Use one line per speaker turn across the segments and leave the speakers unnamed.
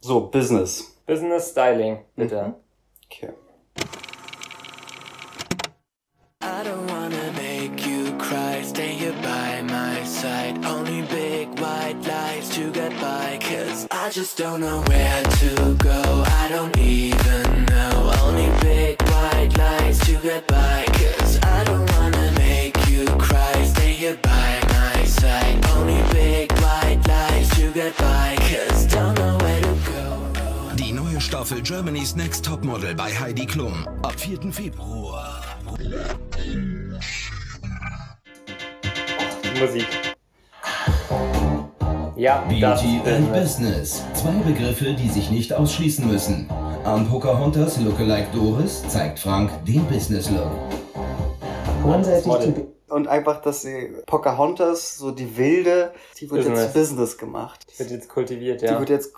So, Business.
Business Styling,
Mhm.
bitte.
Okay.
I don't wanna make you cry. Stay here by my side. Only big white lies to get by. Cause I just don't know where to go. I don't even know. Only big white lies to get by. Cause I don't wanna make you cry. Stay here by my side. Only big white lies to get by. Cause don't know where to go.
Die neue Staffel Germany's Next Topmodel bei Heidi Klum. Ab 4. Februar.
Die Musik. Ja, das
Beauty
ist
and
Business.
Business. Zwei Begriffe, die sich nicht ausschließen müssen. Am Pocahontas Lookalike Doris zeigt Frank den Business Look.
Grundsätzlich
Model.
die,
Und einfach, dass sie Pocahontas, so die Wilde, die wird
Business.
jetzt Business gemacht.
Wird jetzt kultiviert,
Die
ja.
wird jetzt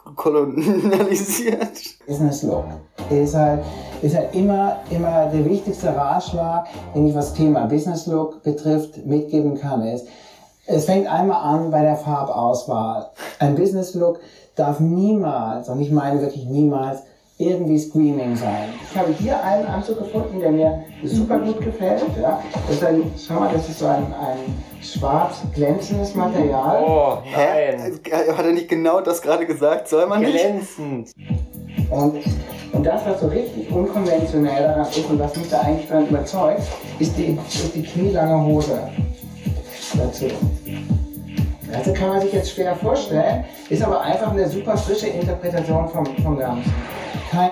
kolonialisiert.
Business Look ist halt, ist halt immer, immer der wichtigste Ratschlag, den ich was das Thema Business Look betrifft, mitgeben kann, ist, es fängt einmal an bei der Farbauswahl. Ein Business Look darf niemals, und ich meine wirklich niemals, irgendwie Screaming sein. Ich habe hier einen Anzug gefunden, der mir super gut gefällt. Ja. Das ist ein, schau mal, das ist so ein, ein schwarz glänzendes Material.
Oh, nein.
Hä? Also, Hat er nicht genau das gerade gesagt? Soll man nicht?
Glänzend.
Und, und das, was so richtig unkonventionell daran ist und was mich da eigentlich daran überzeugt, ist die, ist die knielange Hose dazu. Also kann man sich jetzt schwer vorstellen, ist aber einfach eine super frische Interpretation vom, vom Ganzen. Kein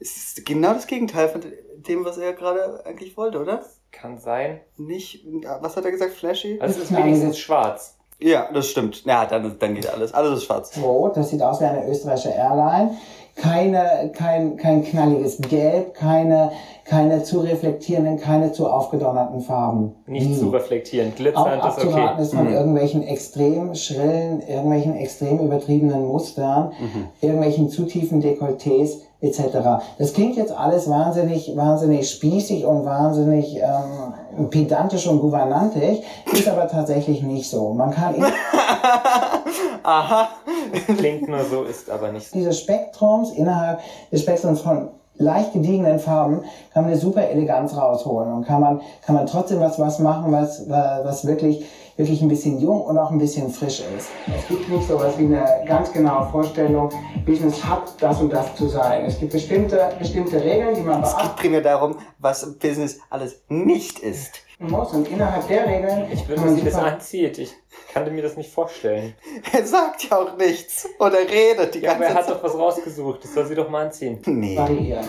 Es ist genau das Gegenteil von dem, was er gerade eigentlich wollte, oder?
Kann sein.
Nicht, was hat er gesagt, flashy?
Also es ist
Nein.
wenigstens schwarz.
Ja, das stimmt. Ja, dann, dann geht alles. Alles ist schwarz.
Rot, das sieht aus wie eine österreichische Airline. Keine, kein, kein knalliges Gelb, keine, keine zu reflektierenden, keine zu aufgedonnerten Farben.
Nicht
Oh.
Nie.
zu reflektieren.
Auch
Glitzernd ist
abzuraten
okay.
ist von
Mhm.
irgendwelchen extrem schrillen, irgendwelchen extrem übertriebenen Mustern, irgendwelchen zu tiefen Dekolletés etc. Das klingt jetzt alles wahnsinnig, wahnsinnig spießig und wahnsinnig ähm, pedantisch und gouvernantig, ist aber tatsächlich nicht so. Man kann in
Aha.
Klingt nur so, ist aber nicht so.
dieses Spektrums innerhalb des Spektrums von leicht gediegenen Farben kann man eine super Eleganz rausholen und kann man kann man trotzdem was was machen was äh, was wirklich wirklich ein bisschen jung und auch ein bisschen frisch ist. Es gibt nicht so was wie eine ganz genaue Vorstellung, Business hat das und das zu sein. Es gibt bestimmte bestimmte Regeln, die man
Es geht
beachten
primär darum, was im Business alles nicht ist.
muss und innerhalb der Regeln
Ich will, dass sie das anzieht. Ich kannte mir das nicht vorstellen.
Er sagt ja auch nichts. Oder redet die
Ja, aber
ganze
er hat
Zeit.
doch was rausgesucht. Das soll sie doch mal anziehen.
Nee.
variieren.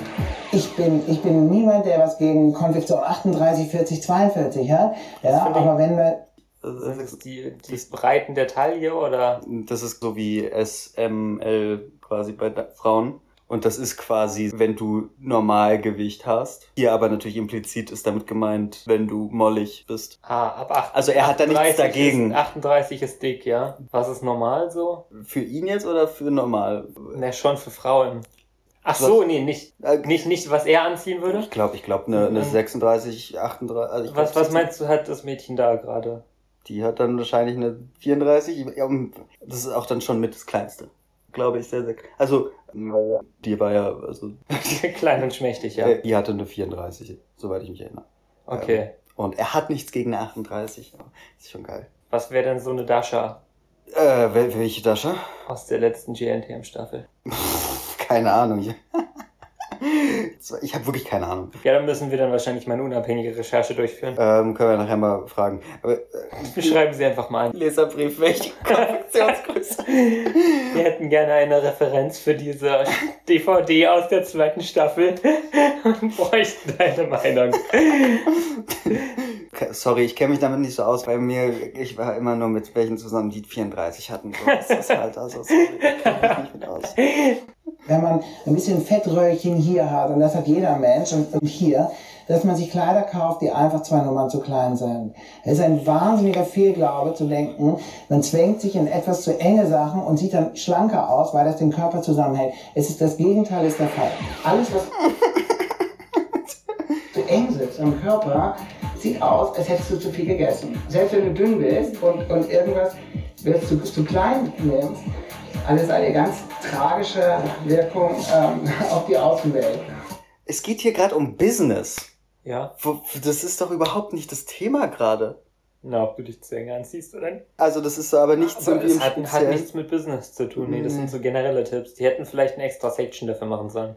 Ich bin, ich bin niemand, der was gegen Konfektion 38, 40, 42 hat. Ja,
finde ich-
aber wenn wir
Sind das die, die Breiten der Taille oder?
Das ist so wie SML quasi bei da Frauen. Und das ist quasi, wenn du Normalgewicht hast. Hier aber natürlich implizit ist damit gemeint, wenn du mollig bist.
Ah, ab 8.
Also er hat da nichts
38
dagegen.
Ist, 38 ist dick, ja. Was ist normal so?
Für ihn jetzt oder für normal?
Na, schon für Frauen. Ach so, nee, nicht,
Äh,
nicht, nicht, was er anziehen würde.
Ich glaube, ich glaube, eine, eine
Mhm.
36, 38. Also ich
Was,
glaub,
was meinst du, hat das Mädchen da gerade?
Die hat dann wahrscheinlich eine 34. Ja, und Das ist auch dann schon mit das Kleinste. Glaube ich sehr, sehr. Also, die war ja, also,
Klein und schmächtig, ja.
äh, die hatte eine 34, soweit ich mich erinnere.
Okay.
Und er hat nichts gegen eine 38. aber Ist schon geil.
Was wäre denn so eine Dasha
Äh, wel- welche Tasche?
aus der letzten GNTM-Staffel?
Keine Ahnung. Ich habe wirklich keine Ahnung.
Ja, dann müssen wir dann wahrscheinlich mal eine unabhängige Recherche durchführen.
Ähm, können wir nachher mal fragen. Aber äh,
Wir schreiben sie einfach mal an.
Leserbrief, welche Konfektionsgröße?
Wir hätten gerne eine Referenz für diese DVD aus der zweiten Staffel und bräuchten deine Meinung.
Ke- Sorry, ich kenne mich damit nicht so aus. Bei mir, ich war immer nur mit welchen zusammen, die 34 hatten. So, das ist halt, also, sorry, ich kenn mich nicht mit aus.
wenn man ein bisschen Fettröhrchen hier hat, und das hat jeder Mensch und, und hier, dass man sich Kleider kauft, die einfach zwei Nummern zu klein sind. Es ist ein wahnsinniger Fehlglaube zu denken, man zwängt sich in etwas zu enge Sachen und sieht dann schlanker aus, weil das den Körper zusammenhält. Es ist das Gegenteil ist der Fall. Alles, was zu eng sitzt am Körper, sieht aus, als hättest du zu viel gegessen. Selbst wenn du dünn bist und, und irgendwas, wenn du zu, zu klein nimmst, alles eine ganz tragische Wirkung ähm, auf die Außenwelt.
Es geht hier gerade um Business.
Ja,
Wo- Das ist doch überhaupt nicht das Thema gerade.
na, ob du dich zu eng anziehst oder nicht.
Also das ist aber nichts
Aber
irgendwie
es
im
hat, hat
Speziellen.
nichts mit Business zu tun. Nee, das
Nee.
sind so generelle Tipps. Die hätten vielleicht eine extra Section dafür machen sollen.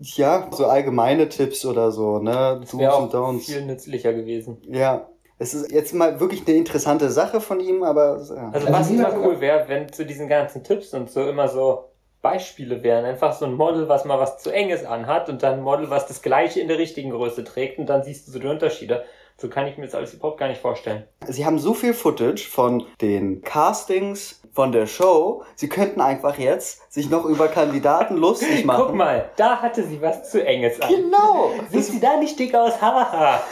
Ja, so allgemeine Tipps oder so, ne?
Das
Do's
wäre
und
auch
Don'ts.
viel nützlicher gewesen.
Ja. Es ist jetzt mal wirklich eine interessante Sache von ihm, aber ja.
Also,
Also
was
wie
immer
man-
cool wäre, wenn zu diesen ganzen Tipps und so immer so Beispiele wären. Einfach so ein Model, was mal was zu enges anhat und dann ein Model, was das gleiche in der richtigen Größe trägt und dann siehst du so die Unterschiede. So kann ich mir das alles überhaupt gar nicht vorstellen.
Sie haben so viel Footage von den Castings, von der Show. Sie könnten einfach jetzt sich noch über Kandidaten lustig machen.
Guck mal, da hatte sie was zu enges an.
Genau.
Sieht sie da nicht dick aus? Haha.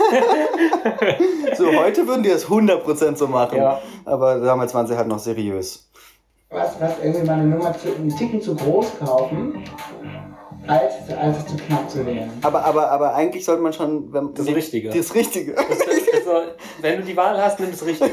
So, heute würden die das 100% so machen.
ja.
Aber damals waren sie halt noch seriös.
Was, was irgendwie meine Nummer zu, einen Ticken zu groß kaufen, als, als es zu knapp zu werden.
Aber, aber, aber eigentlich sollte man schon... Wenn,
Das Richtige.
Das Richtige.
Das, also, wenn du die Wahl hast, nimm das Richtige.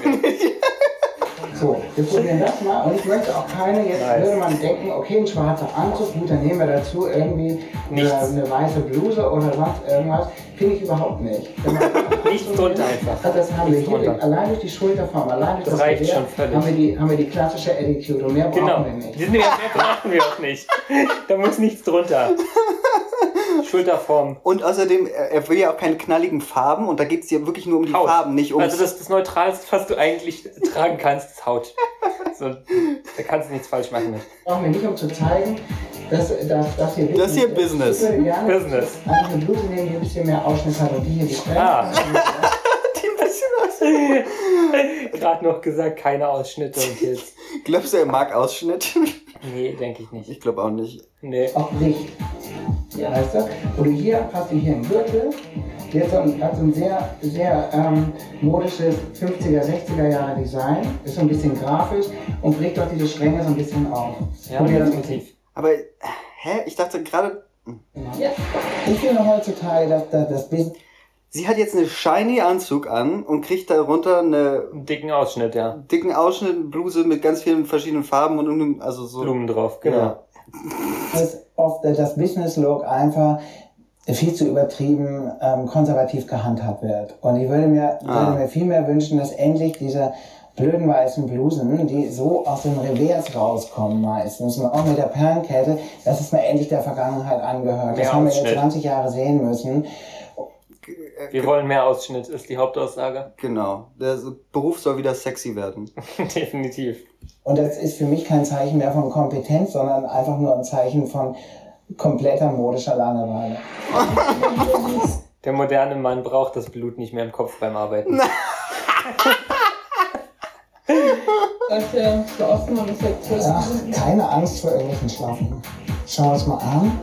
So, wir probieren das mal und ich möchte auch keine, jetzt
Nice.
würde man denken, okay, ein schwarzer Anzug, gut, dann nehmen wir dazu irgendwie eine,
Nichts.
eine weiße Bluse oder sonst irgendwas. Finde ich überhaupt nicht. Wenn man-
Nichts drunter einfach.
Also das haben wir
Nichts
hier,
drunter.
allein durch die Schulterform, allein durch
Das
das,
reicht
Gewehr,
schon völlig.
Haben, wir die, haben wir die klassische Attitude und mehr brauchen
Genau.
wir
Die
nicht.
sind ja mehr brauchen wir auch nicht. Da muss nichts drunter. Schulterform.
Und außerdem, er er will ja auch keine knalligen Farben und da geht es ja wirklich nur um die
Haut.
Farben, nicht um.
Also das, das Neutralste, was du eigentlich tragen kannst, ist Haut. So, da kannst du nichts falsch machen. mit.
Brauchen wir nicht, um zu zeigen, dass, dass, dass hier
Das hier Business.
Ich würde gerne
Business.
Also eine Bluse nehmen, die ein bisschen mehr Ausschnitt hat und die hier die Stellen.
Ah.
ein bisschen aus.
Gerade noch gesagt, keine Ausschnitte und jetzt.
Glaubst du, er mag Ausschnitt?
Nee, denke ich nicht.
Ich glaube auch nicht.
Nee.
Auch nicht. Ja, weißt du? Wo du hier hast du hier einen Gürtel, jetzt so ein, hat so ein sehr, sehr ähm, modisches 50er, 60er Jahre Design, ist so ein bisschen grafisch und bricht doch diese Stränge so ein bisschen auf.
Ja,
Probier das mal.
definitiv.
Aber, äh, hä? Ich dachte gerade,
Genau. Ich finde heutzutage, dass das, das Business
sie hat jetzt einen shiny Anzug an und kriegt darunter eine
Einen dicken Ausschnitt, ja.
dicken Ausschnitt, eine Bluse mit ganz vielen verschiedenen Farben und irgendeinem, also so.
Blumen drauf, genau.
Ja.
ist oft äh, das Business Look einfach viel zu übertrieben ähm, konservativ gehandhabt wird. Und ich würde mir,
Ah.
würde mir viel mehr wünschen, dass endlich diese blöden weißen Blusen, die so aus dem Revers rauskommen meistens und auch mit der Perlenkette, dass es mir endlich der Vergangenheit angehört. Das
Mehr
haben wir jetzt
Ausschnitt.
20 Jahre sehen müssen.
Äh,
Wir wollen mehr Ausschnitt, ist die Hauptaussage.
Genau. Der S- Beruf soll wieder sexy werden.
definitiv.
Und das ist für mich kein Zeichen mehr von Kompetenz, sondern einfach nur ein Zeichen von kompletter modischer Langeweile.
Der moderne Mann braucht das Blut nicht mehr im Kopf beim Arbeiten.
dass wir so offen und sexuell
Ach,
sind.
keine Angst vor irgendwelchen Schlafen. Schauen wir es mal an.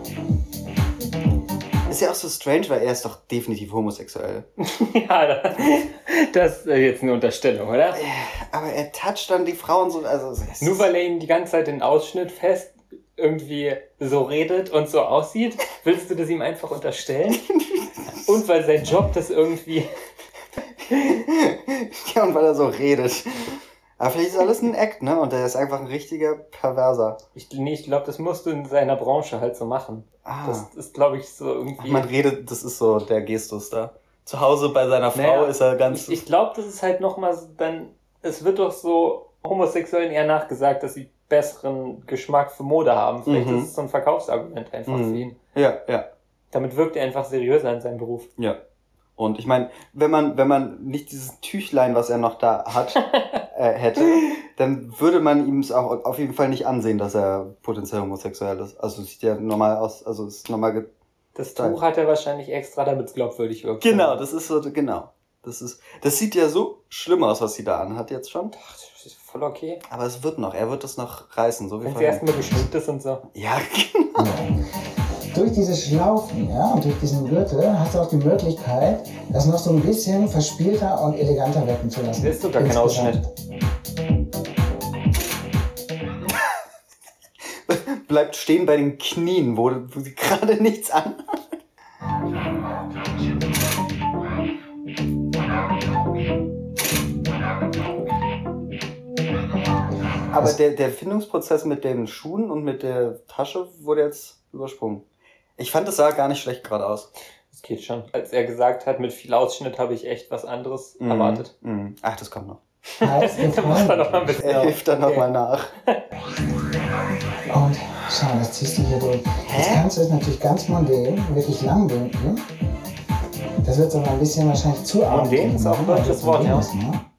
Ist ja auch so strange, weil er ist doch definitiv homosexuell.
ja, da- das ist jetzt eine Unterstellung, oder?
Aber er toucht dann die Frauen so, also. es-
Nur weil er ihm die ganze Zeit den Ausschnitt fest irgendwie so redet und so aussieht, willst du das ihm einfach unterstellen? Und weil sein Job das irgendwie.
Ja, und weil er so redet. Aber vielleicht ist alles ein Act, ne? Und er ist einfach ein richtiger Perverser.
Ich, nee, ich glaube, das musst du in seiner Branche halt so machen.
Ah.
Das ist, glaube ich, so
Ach,
irgendwie.
man redet, das ist so der Gestus da. Zu Hause bei seiner Frau
Naja,
ist er ganz.
ich ich glaube, das ist halt nochmal dann. Es wird doch so Homosexuellen eher nachgesagt, dass sie besseren Geschmack für Mode haben. Vielleicht
Mhm.
ist es so ein Verkaufsargument einfach
Mhm.
für ihn.
ja, ja,
Damit wirkt er einfach seriöser in seinem Beruf.
ja. Und ich meine, wenn man, wenn man nicht dieses Tüchlein, was er noch da hat, äh, hätte, dann würde man ihm es auch auf jeden Fall nicht ansehen, dass er potenziell homosexuell ist. Also sieht ja normal aus, also ist normal. Ge
Das
Danke.
Tuch hat er wahrscheinlich extra, damit es glaubwürdig wirkt. ne?
genau, das ist so, genau. Das ist, das sieht ja so schlimm aus, was sie da anhat jetzt schon.
Ach, das ist voll okay.
Aber es wird noch, er wird das noch reißen, so wie
Wenn sie
vorhin.
erstmal geschminkt ist und so.
Ja,
Durch diese Schlaufen ja, und durch diesen Gürtel hast du auch die Möglichkeit, das noch so ein bisschen verspielter und eleganter wirken zu lassen.
Das ist sogar kein
Insgesamt.
bleibt stehen bei den Knien, wo, wo sie gerade nichts an. Aber
Also
der, der Findungsprozess mit den Schuhen und mit der Tasche wurde jetzt übersprungen. Ich fand, es sah gar nicht schlecht gerade aus.
Das geht schon. Als er gesagt hat, mit viel Ausschnitt habe ich echt was anderes erwartet.
Mhm. Ach, das kommt noch.
Als
da muss man noch mal ein
gefallen.
bisschen.
Er hilft dann nochmal
Okay.
nach.
Und schau, das ziehst du hier durch. Jetzt kannst du es natürlich ganz mondän, wirklich lang binden. Das wird aber ein bisschen wahrscheinlich zu
Mondän ist auch ein deutsches Wort, ja.
Mondän ist,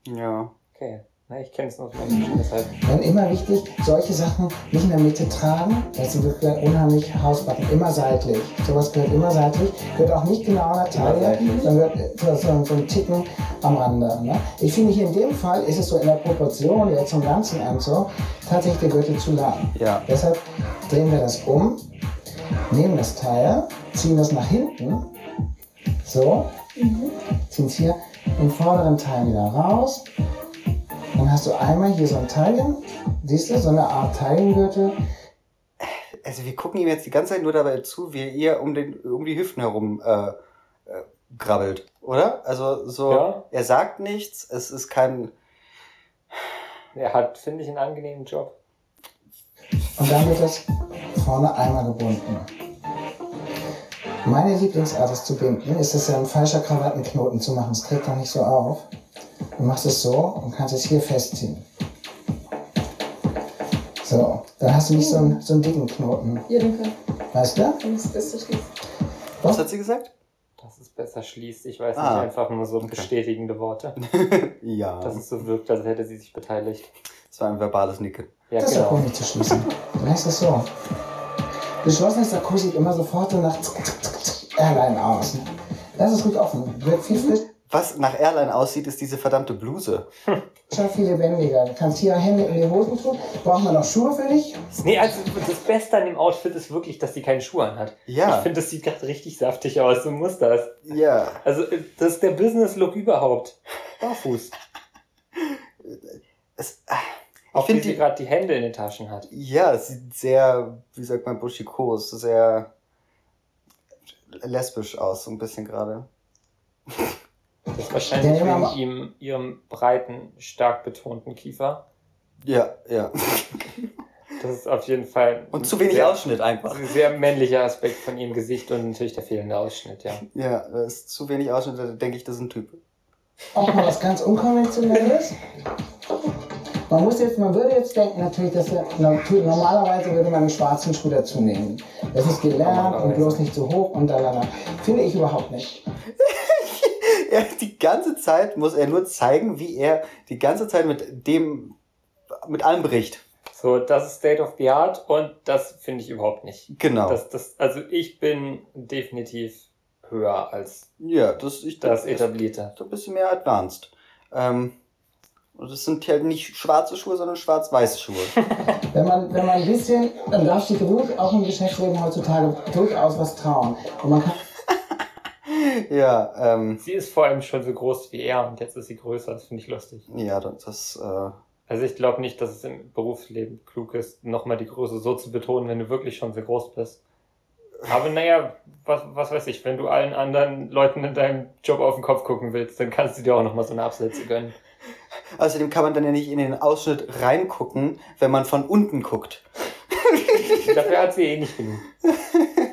ne?
Ja.
Okay. Na, ich kenne es noch nicht. Deshalb.
Dann immer wichtig, solche Sachen nicht in der Mitte tragen, dazu wird gleich unheimlich hausbacken, immer seitlich. Sowas gehört immer seitlich, gehört auch nicht genau an der Taille,
seitlich.
sondern gehört so, so, so ein Ticken am Rande. Ne? Ich finde hier in dem Fall ist es so in der Proportion jetzt zum ganzen Anzug tatsächlich der Gürtel zu lang.
Ja.
Deshalb drehen wir das um, nehmen das Teil, ziehen das nach hinten, so, ziehen es hier im vorderen Teil wieder raus. Dann hast du einmal hier so ein Teilen, siehst du, so eine Art Teilengürtel.
Also wir gucken ihm jetzt die ganze Zeit nur dabei zu, wie er ihr um, den, um die Hüften herum äh, äh, grabbelt, oder? Also so,
Ja.
er sagt nichts, es ist kein...
Er hat, finde ich, einen angenehmen Job.
Und dann wird das vorne einmal gebunden. Meine Lieblingsart, es zu binden, ist es ja ein falscher Krawattenknoten zu machen. Es trägt doch nicht so auf. Du machst es so und kannst es hier festziehen. So, dann hast du nicht so einen, so einen dicken Knoten.
Ja, danke.
Weißt du?
Dann ist das richtig.
Was hat sie gesagt?
Dass es besser schließt. Ich weiß
Ah.
nicht, einfach nur so
Okay.
bestätigende Worte.
ja,
Dass es so wirkt, als hätte sie sich beteiligt.
das war ein verbales Nicken.
Ja,
das ist doch
genau.
wohl nicht zu schließen. Dann heißt es so. Geschlossen ist der Kuh sieht immer sofort so nach zck, zck, zck, zck, Airline aus. ne? Lass es ruhig offen. Wird viel frischer,
Was nach Airline aussieht, ist diese verdammte Bluse.
viel lebendiger. Du kannst hier Hände in die Hosen tun. Braucht man noch Schuhe für dich?
Nee, also das Beste an dem Outfit ist wirklich, dass sie keine Schuhe anhat. Ich
Ja,
finde, das sieht gerade richtig saftig aus. Du musst das.
ja.
Also, das ist der Business-Look überhaupt. Barfuß.
Es, ah, ich
Auch wie
finde
sie
die...
gerade die Hände in den Taschen hat.
Ja, es sieht sehr, wie sagt man, buschikos, sehr lesbisch aus, so ein bisschen gerade.
Das ist wahrscheinlich
Ja, ja, aber-
wegen ihm, ihrem breiten, stark betonten Kiefer.
Ja, ja.
Das ist auf jeden Fall
Und zu wenig
sehr,
Ausschnitt einfach.
ein sehr männlicher Aspekt von ihrem Gesicht und natürlich der fehlende Ausschnitt, ja.
Ja, da ist zu wenig Ausschnitt, da denke ich, das ist ein Typ.
Auch mal was ganz Unkonventionelles. Man muss jetzt, man würde jetzt denken, natürlich, dass wir, natürlich, normalerweise würde man einen schwarzen Schuh dazu nehmen. Das ist gelernt und bloß nicht zu hoch und da, da, da. Finde ich überhaupt nicht.
Er, die ganze Zeit muss er nur zeigen, wie er die ganze Zeit mit dem, mit allem bricht.
So, das ist State of the Art und das finde ich überhaupt nicht.
Genau.
Das, das, also ich bin definitiv höher als
ja, das, ich,
das Etablierte.
so ein bisschen mehr advanced. Ähm, und das sind halt nicht schwarze Schuhe, sondern schwarz-weiße Schuhe.
Wenn man, wenn man ein bisschen, dann darf sich ruhig auch im Geschäftsleben heutzutage durchaus was trauen. Und man kann
ja, ähm,
Sie ist vor allem schon so groß wie er und jetzt ist sie größer, das finde ich lustig.
ja, das, das äh,
Also ich glaube nicht, dass es im Berufsleben klug ist, nochmal die Größe so zu betonen, wenn du wirklich schon so groß bist. Aber naja, was, was weiß ich, wenn du allen anderen Leuten in deinem Job auf den Kopf gucken willst, dann kannst du dir auch nochmal so eine Absätze gönnen.
Außerdem kann man dann ja nicht in den Ausschnitt reingucken, wenn man von unten guckt.
Dafür hat sie eh nicht genug.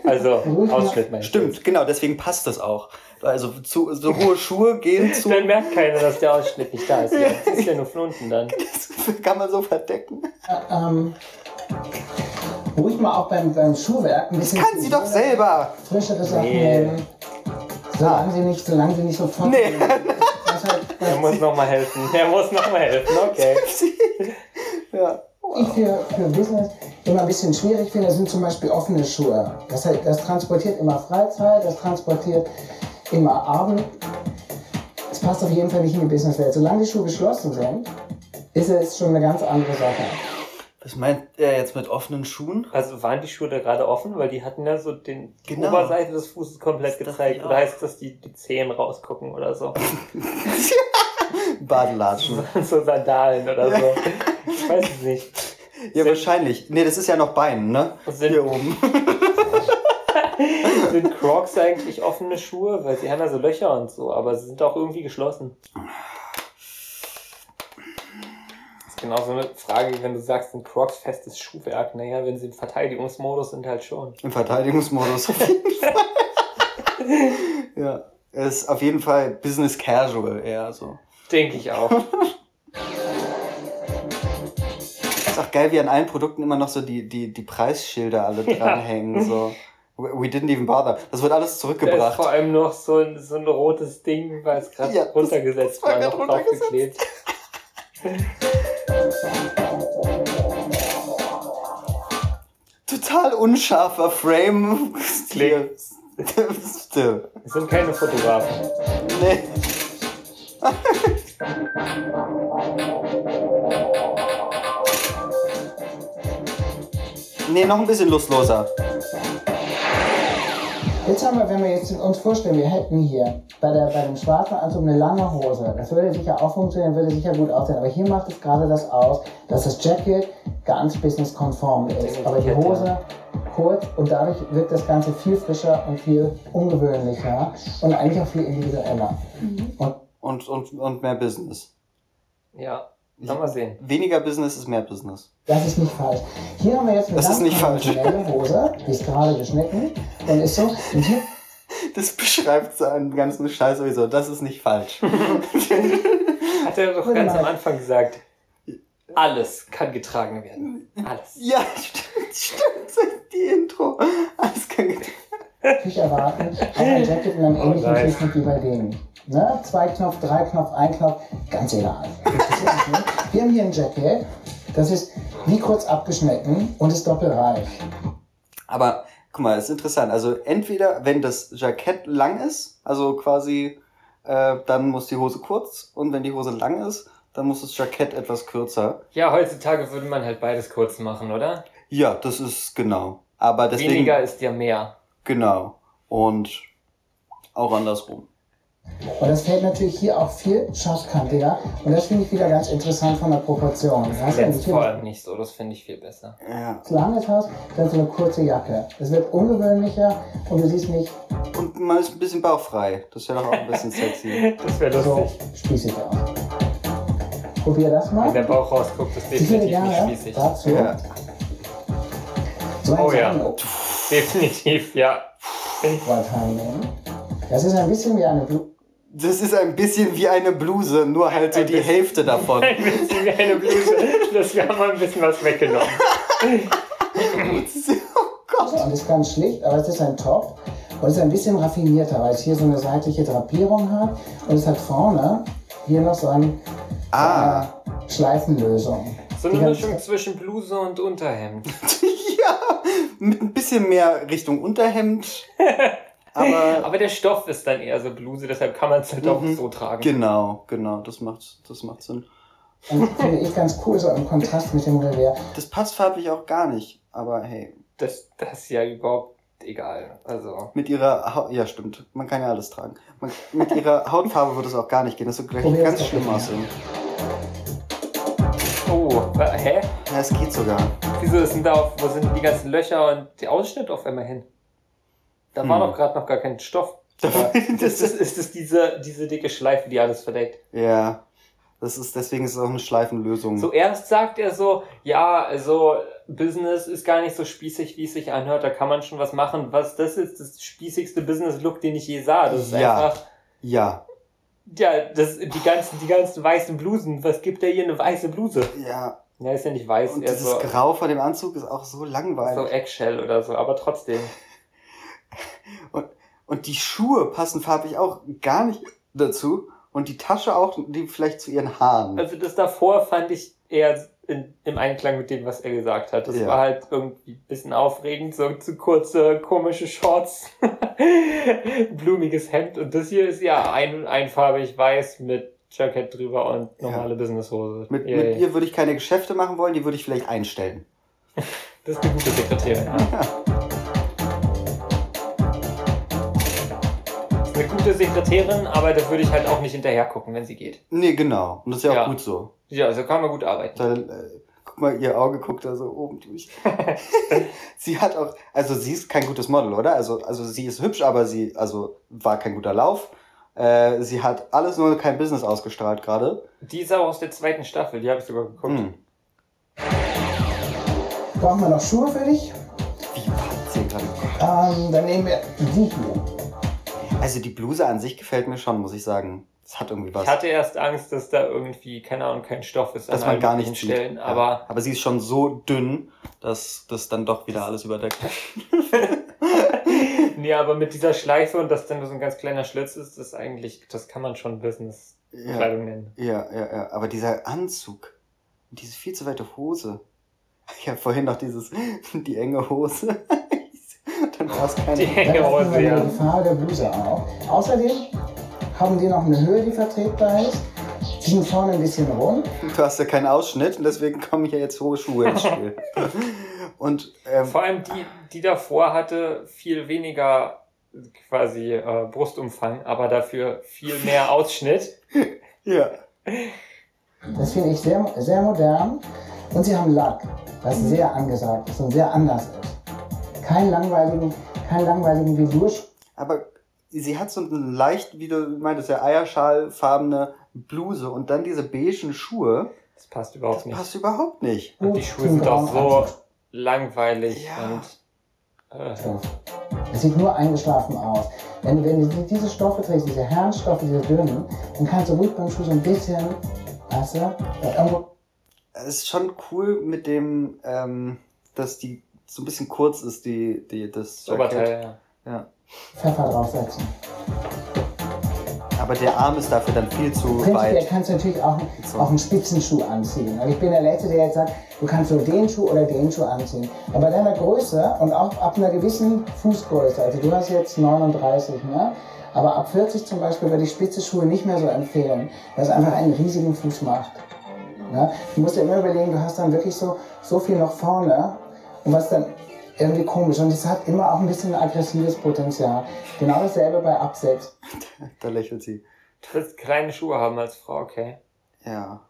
Also, Ausschnitt meine ich
Stimmt, genau, deswegen passt das auch. Also zu, so hohe Schuhe gehen zu.
Dann merkt keiner, dass der Ausschnitt nicht da ist. Ja, das ist ja nur von unten dann.
Das kann man so verdecken.
ähm, ruhig mal auch beim, beim Schuhwerk ein bisschen
Kann sie doch selber!
frischere Sachen
Nee.
nehmen. Solange sie nicht, solange sie nicht sofort.
Nee.
Das heißt,
Er muss nochmal helfen. Er muss nochmal helfen, okay.
Ja.
ich für, für Business immer ein bisschen schwierig finde, sind zum Beispiel offene Schuhe. Das, heißt, das transportiert immer Freizeit, das transportiert immer Abend. Es passt auf jeden Fall nicht in die Businesswelt. Solange die Schuhe geschlossen sind, ist es schon eine ganz andere Sache.
Was meint er jetzt mit offenen Schuhen?
Also waren die Schuhe da gerade offen? Weil die hatten ja so den, die
Genau.
Oberseite des Fußes komplett
Das dachte
gezeigt.
ich
Oder
auch.
heißt das, die, die Zehen rausgucken oder so?
Badelatschen.
so Sandalen oder so. Ich weiß es nicht.
Ja, wahrscheinlich. Nee, das ist ja noch Bein, ne?
Sind,
Hier oben.
sind Crocs eigentlich offene Schuhe? Weil sie haben ja so Löcher und genau so, aber sie sind auch irgendwie geschlossen. genauso eine Frage, wenn du sagst, sind Crocs festes Schuhwerk? Naja, wenn sie im Verteidigungsmodus sind, halt schon.
Im Verteidigungsmodus auf jeden Fall. ja. Es ist auf jeden Fall Business Casual eher so.
Denke ich auch.
Ist auch geil, wie an allen Produkten immer noch so die, die, die Preisschilder alle dranhängen. So. We we didn't even bother. Das wird alles
Da ist
zurückgebracht.
vor allem noch so ein, so ein rotes Ding, weil es gerade
Ja, das-
runtergesetzt
das war
war,
grad
noch draufgeklebt.
Total unscharfer Frame.
Klick.
Still.
Es sind keine Fotografen.
Nee. nee, noch ein bisschen lustloser.
Jetzt haben wir, wenn wir jetzt uns vorstellen, wir hätten hier bei, der, bei dem schwarzen Anzug eine lange Hose. Das würde sicher auch funktionieren, würde sicher gut aussehen. Aber hier macht es gerade das aus, dass das Jacket ganz businesskonform ist. Aber die Hose kurz und dadurch wirkt das Ganze viel frischer und viel ungewöhnlicher und eigentlich auch viel individueller.
Und, und, und mehr Business.
Ja, Lass mal sehen.
Weniger Business ist mehr Business.
Das ist nicht falsch. Hier haben wir jetzt eine
Das ist nicht falsch.
konventionelle Hose, die ist gerade geschnitten und ist so. Und hier
Das beschreibt seinen ganzen Scheiß sowieso. Das ist nicht falsch.
Hat er doch
Warte
ganz
mal.
am Anfang gesagt. Alles kann getragen werden. Alles.
ja, stimmt, stimmt. Die Intro. Alles kann getan.
nicht erwarten, auch ein Jacket in einem ähnlichen
Oh, nice.
Zustand wie bei denen. Ne? Zwei Knopf, drei Knopf, ein Knopf, ganz egal. Wir haben hier ein Jacket, das ist wie kurz abgeschnitten und ist doppelreich.
Aber guck mal, ist interessant. Also entweder, wenn das Jackett lang ist, also quasi, äh, dann muss die Hose kurz. Und wenn die Hose lang ist, dann muss das Jackett etwas kürzer.
Ja, heutzutage würde man halt beides kurz machen, oder?
Ja, das ist genau. Aber deswegen.
Weniger ist ja mehr.
Genau. Und auch andersrum.
Und das fällt natürlich hier auch viel scharfkantiger. Und das finde ich wieder ganz interessant von der Proportion. Das heißt, wenn du
Jetzt vor
hier
allem nicht so, das finde ich viel besser.
Ja.
was langes hast, dann so eine kurze Jacke. Es wird ungewöhnlicher und du siehst nicht
Und man ist ein bisschen bauchfrei. Das ist ja doch auch ein bisschen sexy.
Das wäre
so
lustig.
spießig aus. Probier das mal.
Also, Wenn der Bauch rausguckt, ist
Wie
definitiv
viele
nicht
Jahre
spießig.
dazu?
Ja.
So ein
Oh ja.
Sammel-
Definitiv, ja.
Wahl teilnehmen. Das ist ein bisschen wie eine Blu
Das ist ein bisschen wie eine Bluse, nur halt so
Ein
die
bisschen.
Hälfte davon.
Ein bisschen wie eine Bluse. Das, wir haben mal ein bisschen was weggenommen.
und ist ganz schlicht, aber es ist ein Top und es ist ein bisschen raffinierter, weil es hier so eine seitliche Drapierung hat und es hat vorne hier noch so eine
Ah.
äh, Schleifenlösung.
So
Die
eine
ganz-
Mischung zwischen Bluse und Unterhemd.
ja. Mit ein bisschen mehr Richtung Unterhemd. Aber
Aber der Stoff ist dann eher so Bluse, deshalb kann man es halt auch
Mhm.
so tragen.
Genau, genau, das macht, das macht Sinn.
Und finde ich ganz cool, so im Kontrast mit dem Revers.
Das passt farblich auch gar nicht, aber hey,
Das, das ist ja überhaupt egal. Also.
mit ihrer Haut, ja stimmt, man kann ja alles tragen. Man, mit ihrer Hautfarbe würde es auch gar nicht gehen, das wird gleich
Probier's
ganz
doch
schlimm
mal.
aussehen.
Oh, wa- hä?
Ja, es geht sogar.
Wieso ist denn da, auf, wo sind die ganzen Löcher und die Ausschnitte auf einmal hin? Da war
Hm.
doch gerade noch gar kein Stoff.
Da-
Ist das, ist das diese, diese dicke Schleife, die alles verdeckt?
Ja, das ist, deswegen ist es auch eine Schleifenlösung.
Zuerst sagt er so, ja, also Business ist gar nicht so spießig, wie es sich anhört, da kann man schon was machen. Was das ist, das spießigste Business-Look, den ich je sah. Das ist
Ja.
einfach,
Ja,
ja, das, die, ganzen, die ganzen weißen Blusen. Was gibt er hier eine weiße Bluse?
ja.
Na, ist ja nicht weiß,
Und
er ist
dieses
so,
Grau von dem Anzug ist auch so
so
langweilig.
Eggshell oder so, aber trotzdem.
Und die Schuhe passen farblich auch gar nicht dazu. Und die Tasche auch, die vielleicht zu ihren Haaren.
Also das davor fand ich eher in, im Einklang mit dem, was er gesagt hat. Das
Ja.
war halt irgendwie ein bisschen aufregend, so zu kurze, komische Shorts, blumiges Hemd. Und das hier ist ja ein, einfarbig weiß mit Jackett drüber und
Ja.
normale Businesshose.
mit,
Yay.
mit ihr würde ich keine Geschäfte machen wollen, die würde ich vielleicht einstellen.
Das ist eine gute Sekretärin. Das ist eine gute Sekretärin, aber da würde ich halt auch nicht hinterher gucken, wenn sie geht.
Nee, genau. Und das ist ja,
Ja.
auch gut so.
Ja, also kann man gut arbeiten.
Da, äh, guck mal, ihr Auge guckt da so oben durch. sie hat auch, also sie ist kein gutes Model, oder? Also, also sie ist hübsch, aber sie, also war kein guter Lauf. Äh, sie hat alles nur kein Business ausgestrahlt gerade.
Die ist auch aus der zweiten Staffel, die habe ich sogar geguckt.
Hm.
Brauchen wir noch Schuhe für dich?
Wie zehn Grad.
Ähm, dann nehmen wir die hier.
Also die Bluse an sich gefällt mir schon, muss ich sagen. Es hat irgendwie was.
Ich hatte erst Angst, dass da irgendwie, keine Ahnung, kein Stoff ist.
dass
an
man
allen
gar
möglichen
nichts sieht.
Stellen,
Ja.
aber
aber sie ist schon so dünn, dass das dann doch wieder alles überdeckt.
Nee, aber mit dieser Schleife und dass dann nur so ein ganz kleiner Schlitz ist, ist eigentlich, das kann man schon Business-Kleidung
ja,
nennen.
ja, ja, ja. Aber dieser Anzug, und diese viel zu weite Hose. Ich habe vorhin noch dieses, die enge Hose. dann passt
Die
keine.
Dann
enge
achten
Hose,
wir mal
ja.
die Farbe der Bluse auf. Außerdem haben die noch eine Höhe, die vertretbar ist. Die sind vorne ein bisschen rund.
Du hast ja keinen Ausschnitt und deswegen kommen hier jetzt hohe Schuhe ins Spiel. und ähm,
Vor allem die, die davor hatte viel weniger quasi äh, Brustumfang, aber dafür viel mehr Ausschnitt.
ja.
Das finde ich sehr, sehr modern. Und sie haben Lack, was
Mhm.
sehr angesagt ist und sehr anders ist. Kein langweiligen, kein langweiligen Velour-
Aber sie hat so eine leicht, wie du meintest, ja, eierschalfarbene Bluse und dann diese beigen Schuhe.
Das passt
Das
überhaupt nicht.
passt überhaupt nicht.
Und die Schuhe sind auch so langweilig
Ja.
und äh,
Es sieht nur eingeschlafen aus. Wenn, du- wenn du diese Stoffe trägst, diese Herrenstoffe, diese dünnen, dann kannst du ruhig beim Schuh so ein bisschen, weißt du, äh, irgendwo
Es ist schon cool mit dem, ähm, dass die so ein bisschen kurz ist, die, die, das
das Oberteil.
Jackett.
Ja.
Ja.
Pfeffer draufsetzen.
Aber der Arm ist dafür dann viel zu
Prinzipiell
weit.
kannst du natürlich auch,
So.
auch einen Spitzenschuh anziehen. Und ich bin der Letzte, der jetzt sagt, du kannst nur den Schuh oder den Schuh anziehen. Aber bei deiner Größe und auch ab einer gewissen Fußgröße, also du hast jetzt 39, ne? Aber ab 40 zum Beispiel würde ich spitze Schuhe nicht mehr so empfehlen, weil es einfach einen riesigen Fuß macht. Ne? Du musst dir immer überlegen, du hast dann wirklich so, so viel noch vorne und was dann irgendwie komisch. Und es hat immer auch ein bisschen aggressives Potenzial. Genau dasselbe bei Absätzen.
Da lächelt sie.
Du willst kleine Schuhe haben als Frau, okay.
Ja.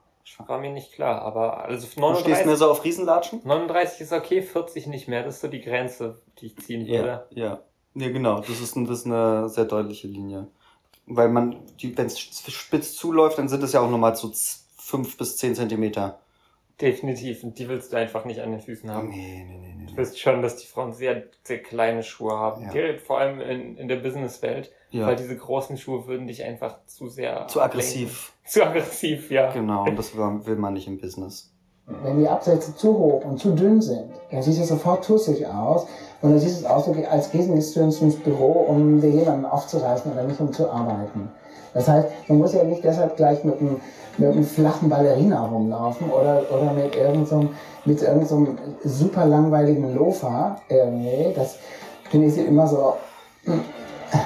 War mir nicht klar, aber also
Du stehst mir
39,
so auf Riesenlatschen?
39 ist okay, 40 nicht mehr. Das ist so die Grenze, die ich ziehen würde.
Ja, ja. Ja, genau. Das ist, ein, das ist eine sehr deutliche Linie. Weil man, wenn es spitz zuläuft, dann sind es ja auch nochmal so z- fünf bis zehn Zentimeter.
Definitiv. Und die willst du einfach nicht an den Füßen haben.
Nee, nee, nee,
Du
nee.
willst schon, dass die Frauen sehr, sehr kleine Schuhe haben.
Ja.
Direkt Vor allem in, in der Businesswelt. Weil
Ja.
diese großen Schuhe würden dich einfach zu sehr.
Zu aggressiv.
ablenken. Zu aggressiv, ja.
Genau, und das will will man nicht im Business.
Wenn die Absätze zu hoch und zu dünn sind, dann sieht es sofort tussig aus und dann sieht es aus, als gehst du ins ins Büro, um dir jemanden aufzureißen oder nicht um zu arbeiten. Das heißt, man muss ja nicht deshalb gleich mit einem, mit einem flachen Ballerina rumlaufen oder, oder mit irgendeinem so, einem- mit irgend so einem super langweiligen Lofer irgendwie. Das finde ich immer so, hm,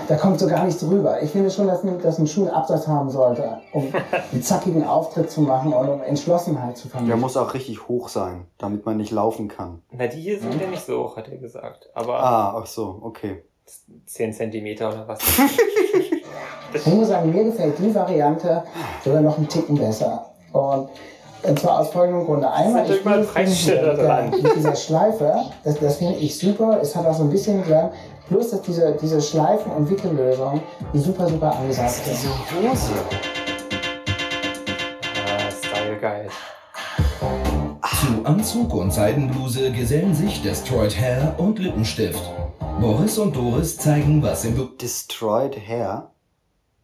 da kommt so gar nichts rüber. Ich finde schon, dass ein, dass ein Schuh einen Absatz haben sollte, um einen zackigen Auftritt zu machen und um Entschlossenheit zu vermitteln.
Der muss auch richtig hoch sein, damit man nicht laufen kann.
Na, die hier sind ja nicht so hoch, hat er gesagt. Aber
Mhm. Ah, ach so, okay.
10 Zentimeter oder was.
Ich muss sagen, mir gefällt die Variante sogar noch einen Ticken besser. Und, und zwar aus folgendem Grunde. Einmal,
natürlich mal ein
finde es mit,
Preisschilder
der-
dran.
mit dieser Schleife, das, das finde ich super. Es hat auch so ein bisschen Glam. Plus, dass diese, diese Schleifen- und Wickellösung super, super angesagt sind.
Hose.
Ah, Style geil.
Zu Anzug und Seidenbluse gesellen sich Destroyed Hair und Lippenstift. Boris und Doris zeigen, was im
Destroyed Hair.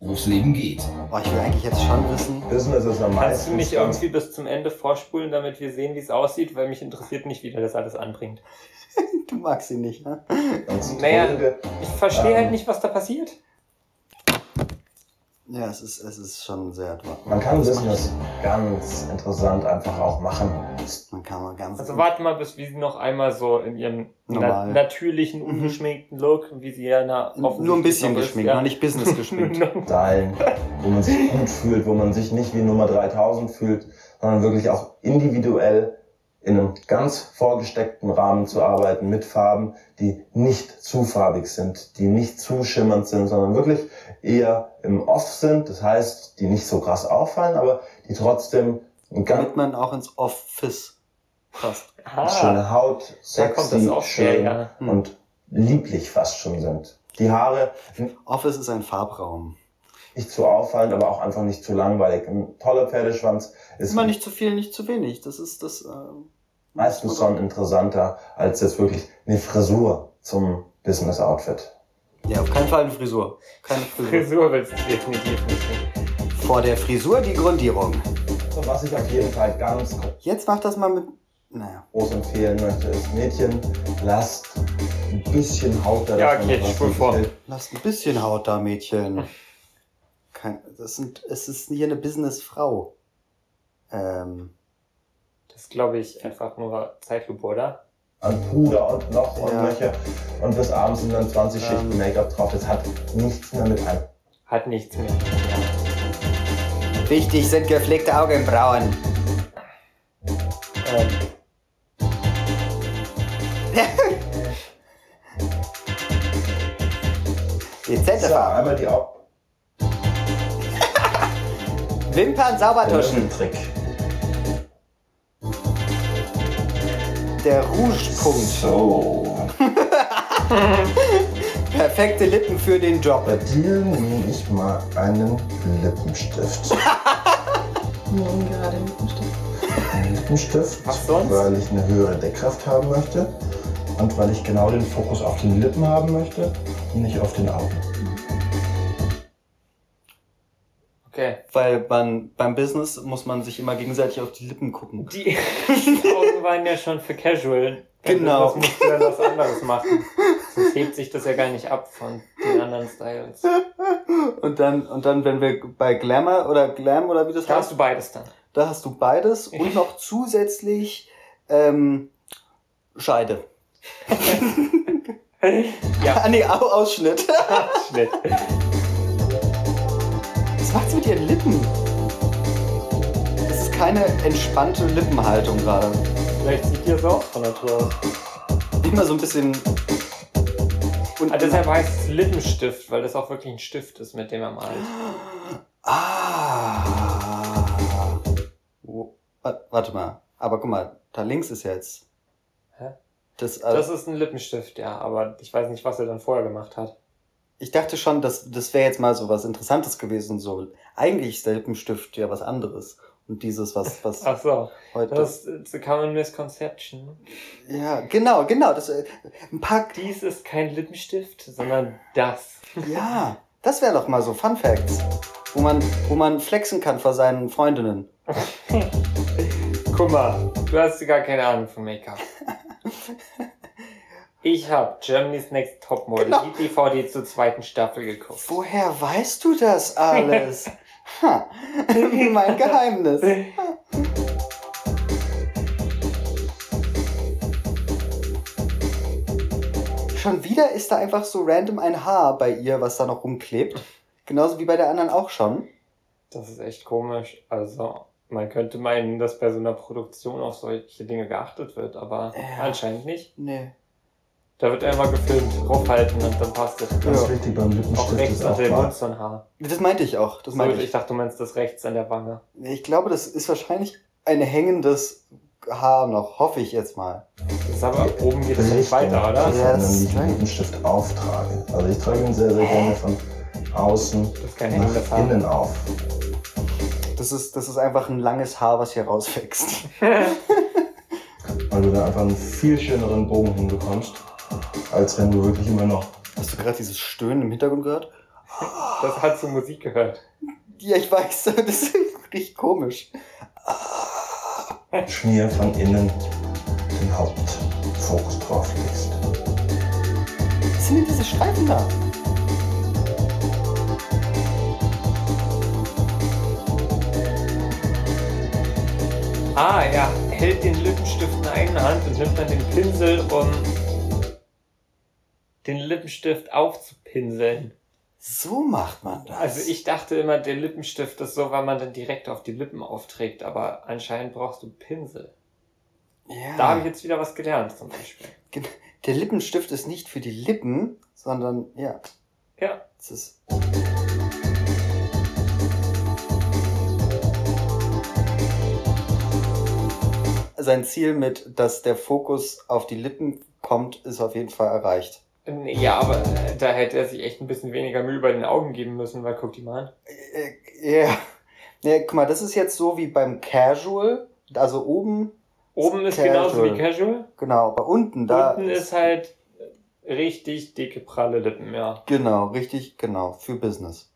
Berufsleben geht.
Oh, ich will eigentlich jetzt schon wissen.
Business ist am
Kannst du
meisten.
nicht irgendwie bis zum Ende vorspulen, damit wir sehen, wie es aussieht? Weil mich interessiert nicht, wie der das alles anbringt.
Du magst ihn nicht, ne?
Sonst
Naja.
Droge.
Ich verstehe
Ähm.
halt nicht, was da passiert.
Ja, es ist, es ist schon sehr advanced.
Man kann Business ganz interessant einfach auch machen.
Man kann mal ganz.
Also warte mal, bis wir sie noch einmal so in ihrem na
Normal. Mhm.
natürlichen, ungeschminkten Look, wie sie ja na,
nur ein bisschen geschminkt, noch nicht Business geschminkt.
geschminkt.
Teilen, wo man sich gut fühlt, wo man sich nicht wie Nummer 3000 fühlt, sondern wirklich auch individuell in einem ganz vorgesteckten Rahmen zu arbeiten mit Farben, die nicht zu farbig sind, die nicht zu schimmernd sind, sondern wirklich eher im Off sind. Das heißt, die nicht so krass auffallen, aber die trotzdem ein ganz
Damit man auch ins Office passt.
ah,
schöne Haut,
da kommt das
sexy,
auch her,
schön
ja.
Hm.
und lieblich fast schon sind. Die Haare
Office ist ein Farbraum.
Nicht zu auffallend, aber auch einfach nicht zu langweilig. Ein toller Pferdeschwanz ist
Immer nicht zu viel, nicht zu wenig. Das ist das. ähm,
meistens schon interessanter als jetzt wirklich eine Frisur zum Business-Outfit.
Ja, auf keinen Fall eine Frisur. Keine Frisur.
Frisur willst du definitiv nicht.
Vor der Frisur die Grundierung.
Und was ich auf jeden Fall ganz
Jetzt macht das mal mit. Naja.
groß empfehlen möchte, ist Mädchen, lasst ein bisschen Haut da.
Ja,
dass man
okay,
was
ich spul vor.
nicht will.
Lass ein bisschen Haut da, Mädchen. Kein, das sind, es ist hier eine Businessfrau. Ähm,
Das glaube ich einfach nur Zeitlupe, oder?
An Puder und noch und
Ja.
Löcher. Und bis abends sind dann 20
Ähm.
Schichten Make-up drauf. Das hat nichts mehr mit einem.
Hat nichts mehr.
wichtig sind gepflegte Augenbrauen.
Ähm,
Dezente
So,
Farbe.
einmal die Augen.
Wimpern sauber tuschen.
Trick.
Der Rougepunkt.
So,
Perfekte Lippen für den Job.
bei dir nehme ich mal einen Lippenstift.
Morgen gerade mit dem Stift.
Einen Lippenstift,
Was sonst?
weil ich eine höhere Deckkraft haben möchte. Und weil ich genau den Fokus auf den Lippen haben möchte und nicht auf den Augen.
okay.
Weil man beim Business muss man sich immer gegenseitig auf die Lippen gucken.
Die Augen waren ja schon für Casual. Also
Genau.
Das musst du dann was anderes machen. Sonst hebt sich das ja gar nicht ab von den anderen Styles.
Und dann, und dann, wenn wir bei Glamour oder Glam oder wie das
Da
heißt,
hast du beides dann.
da hast du beides und noch zusätzlich ähm, Scheide.
Ja,
Ah nee, Au Ausschnitt.
Schnitt.
Was macht's mit ihren Lippen? Das ist keine entspannte Lippenhaltung gerade.
Vielleicht sieht ihr es auch von Natur aus.
Immer so ein bisschen. Und
Ah, deshalb heißt es Lippenstift, weil das auch wirklich ein Stift ist, mit dem er malt.
Ah. Wo- wa- Warte mal. Aber guck mal, da links ist jetzt.
Hä?
Das, äh,
Das ist ein Lippenstift, ja, aber ich weiß nicht, was er dann vorher gemacht hat.
ich dachte schon, das, das wäre jetzt mal so was Interessantes gewesen. So. Eigentlich ist der Lippenstift ja was anderes. Und dieses, was, was
Ach so,
heute.
das ist a common misconception.
ja, genau, genau. Das, äh, ein paar.
Dies ist kein Lippenstift, sondern das.
Ja, das wäre doch mal so Fun Facts. Wo man, wo man flexen kann vor seinen Freundinnen.
Guck mal, du hast gar keine Ahnung von Make-up. Ich habe Germany's Next Topmodel,
Genau.
die DVD zur zweiten Staffel geguckt.
Woher weißt du das alles? ha, mein Geheimnis. Schon wieder ist da einfach so random ein Haar bei ihr, was da noch rumklebt. Genauso wie bei der anderen auch schon.
Das ist echt komisch. Also, man könnte meinen, dass bei so einer Produktion auf solche Dinge geachtet wird, aber
Ja.
anscheinend nicht.
Nee.
Da wird einmal gefilmt, draufhalten und dann passt es.
Ganz
Ja.
wichtig beim
Auch
Lippenstift
rechts
ist auch
unter dem
mal
Mund so ein Haar.
Das meinte ich auch. Das
So,
meinte
ich
ich.
dachte, du meinst das rechts an der Wange.
Ich glaube, das ist wahrscheinlich ein hängendes Haar noch. Hoffe ich jetzt mal.
Das ist aber oben geht es nicht
Richtung,
weiter, oder?
Ja, das
sondern
ist
wie ich den
strange.
Lippenstift auftrage. Also ich trage ihn sehr, sehr gerne von außen
Das ist kein hängendes
nach
Haar.
innen auf.
Das ist, das ist einfach ein langes Haar, was hier rauswächst.
Weil du da einfach einen viel schöneren Bogen hinbekommst, als wenn du wirklich immer noch
Hast du gerade dieses Stöhnen im Hintergrund gehört?
Das hat zu Musik gehört.
Ja, ich weiß, das ist richtig komisch.
schmier von innen den Hauptfokus drauf legst.
Was sind denn diese Streifen da?
Ah, er hält den Lippenstift in einer Hand und nimmt dann den Pinsel, um den Lippenstift aufzupinseln.
So macht man das.
Also ich dachte immer, der Lippenstift ist so, weil man dann direkt auf die Lippen aufträgt, aber anscheinend brauchst du Pinsel.
Ja.
Da habe ich jetzt wieder was gelernt zum Beispiel.
Gen- Der Lippenstift ist nicht für die Lippen, sondern ja,
Ja,
es ist. Sein Ziel mit, dass der Fokus auf die Lippen kommt, ist auf jeden Fall erreicht.
Nee, Ja, aber äh, da hätte er sich echt ein bisschen weniger Mühe bei den Augen geben müssen, weil guck die mal an.
Äh, Ja. Ja, guck mal, das ist jetzt so wie beim Casual. Also oben,
Oben ist
Casual.
genauso wie Casual.
genau, aber unten da.
Unten ist halt richtig dicke, pralle Lippen, ja.
Genau, richtig, genau, für Business.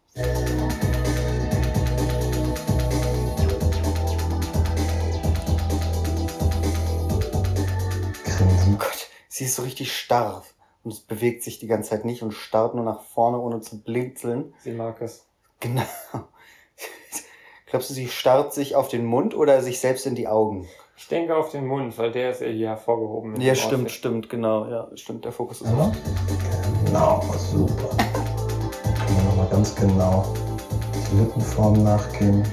Oh
Grinsen.
Gott, sie ist so richtig starr und es bewegt sich die ganze Zeit nicht und starrt nur nach vorne, ohne zu blinzeln.
Sie mag es.
Genau. Glaubst du, sie starrt sich auf den Mund oder sich selbst in die Augen?
Ich denke auf den Mund, weil der ist ja hier hervorgehoben. mit
Ja,
dem
stimmt,
Outfit.
stimmt, genau. Ja, stimmt, der Fokus ist
Ja.
auf.
Genau, super. Kann man nochmal ganz genau die Lippenform nachgehen.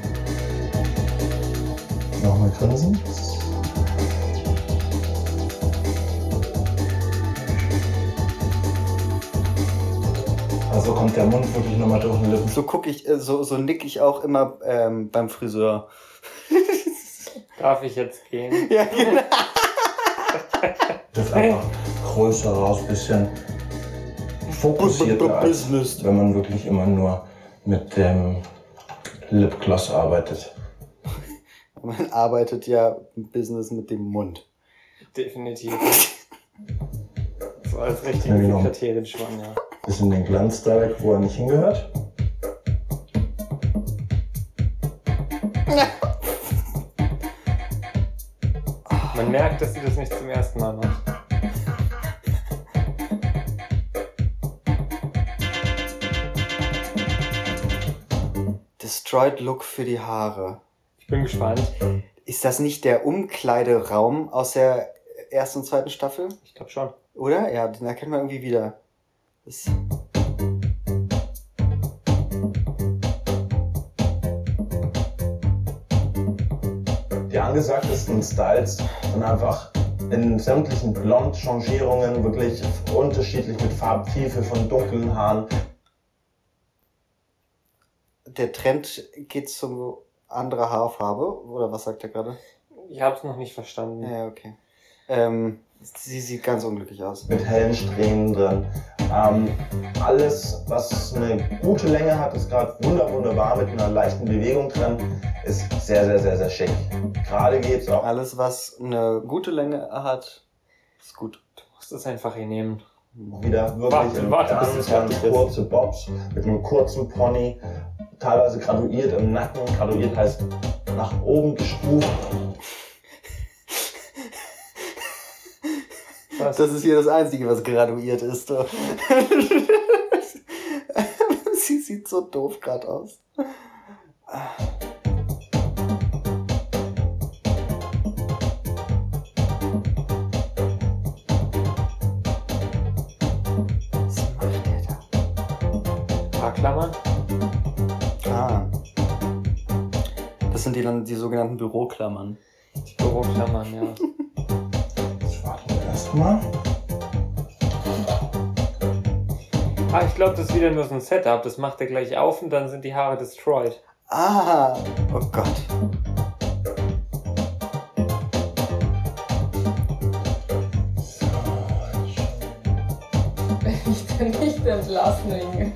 Nochmal grinsen. Also kommt der Mund wirklich nochmal durch den Lippen.
So gucke ich, äh, so, so nick ich auch immer ähm, beim Friseur.
Darf ich jetzt gehen?
ja, genau.
Das einfach größer raus, bisschen fokussierter, als
Business.
wenn man wirklich immer nur mit dem Lipgloss arbeitet.
Man arbeitet ja im Business mit dem Mund.
Definitiv. So als richtige
Ja, genau.
Sekretärin schon, ja.
Bisschen den Glanz da weg, wo er nicht hingehört.
Man merkt, dass sie das nicht zum ersten Mal macht.
Destroyed Look für die Haare.
Ich bin gespannt.
Ist das nicht der Umkleideraum aus der ersten und zweiten Staffel?
Ich glaube schon.
Oder? Ja, den erkennt man irgendwie wieder. Das
Die angesagtesten Styles sind einfach in sämtlichen Blond-Changierungen wirklich unterschiedlich mit Farbtiefe von dunklen Haaren.
der Trend geht zum andere Haarfarbe. Oder was sagt er gerade?
Ich habe es noch nicht verstanden.
Ja, okay. Ähm, sie sieht ganz unglücklich aus.
mit hellen Strähnen drin. Ähm, alles, was eine gute Länge hat, ist gerade wunder wunderbar mit einer leichten Bewegung drin. Ist sehr, sehr, sehr, sehr schick. Gerade geht's auch.
Alles, was eine gute Länge hat, ist gut.
Du musst es einfach hinnehmen.
wieder wirklich
Warte,
in
warte, bis es
ganz, ganz
fertig ist.
kurze Bobs mit einem kurzen Pony, teilweise graduiert im Nacken. Graduiert heißt nach oben gestuft.
Was?
Das ist hier das Einzige, was graduiert ist. du. Sie sieht so doof gerade aus. Was macht der
Haarklammern?
da? Ah. Das sind die, dann die sogenannten Büroklammern.
Die Büroklammern, ja.
Jetzt warten wir erstmal.
Ah, ich glaube, das ist wieder nur so ein Setup. Das macht er gleich auf und dann sind die Haare destroyed.
Ah, oh Gott.
Wenn ich dann nicht entlassen wegen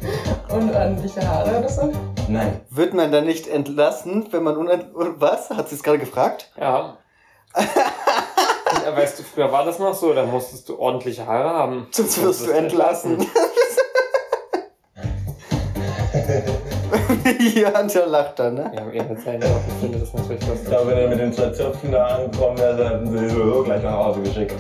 unordentlicher Haare oder so.
Nein,
Wird man dann nicht entlassen, wenn man unent... Was? Hat sie es gerade gefragt?
Ja. ja. Weißt du, früher war das noch so, da musstest du ordentliche Haare haben.
Sonst wirst du entlassen. Janta lacht dann, ne?
Ja, um ihr seid seinen Job, ich finde das natürlich
ich
lustig.
glaube, wenn er mit den zwei Zöpfen da angekommen wäre, dann hätten sie ihn gleich nach Hause geschickt.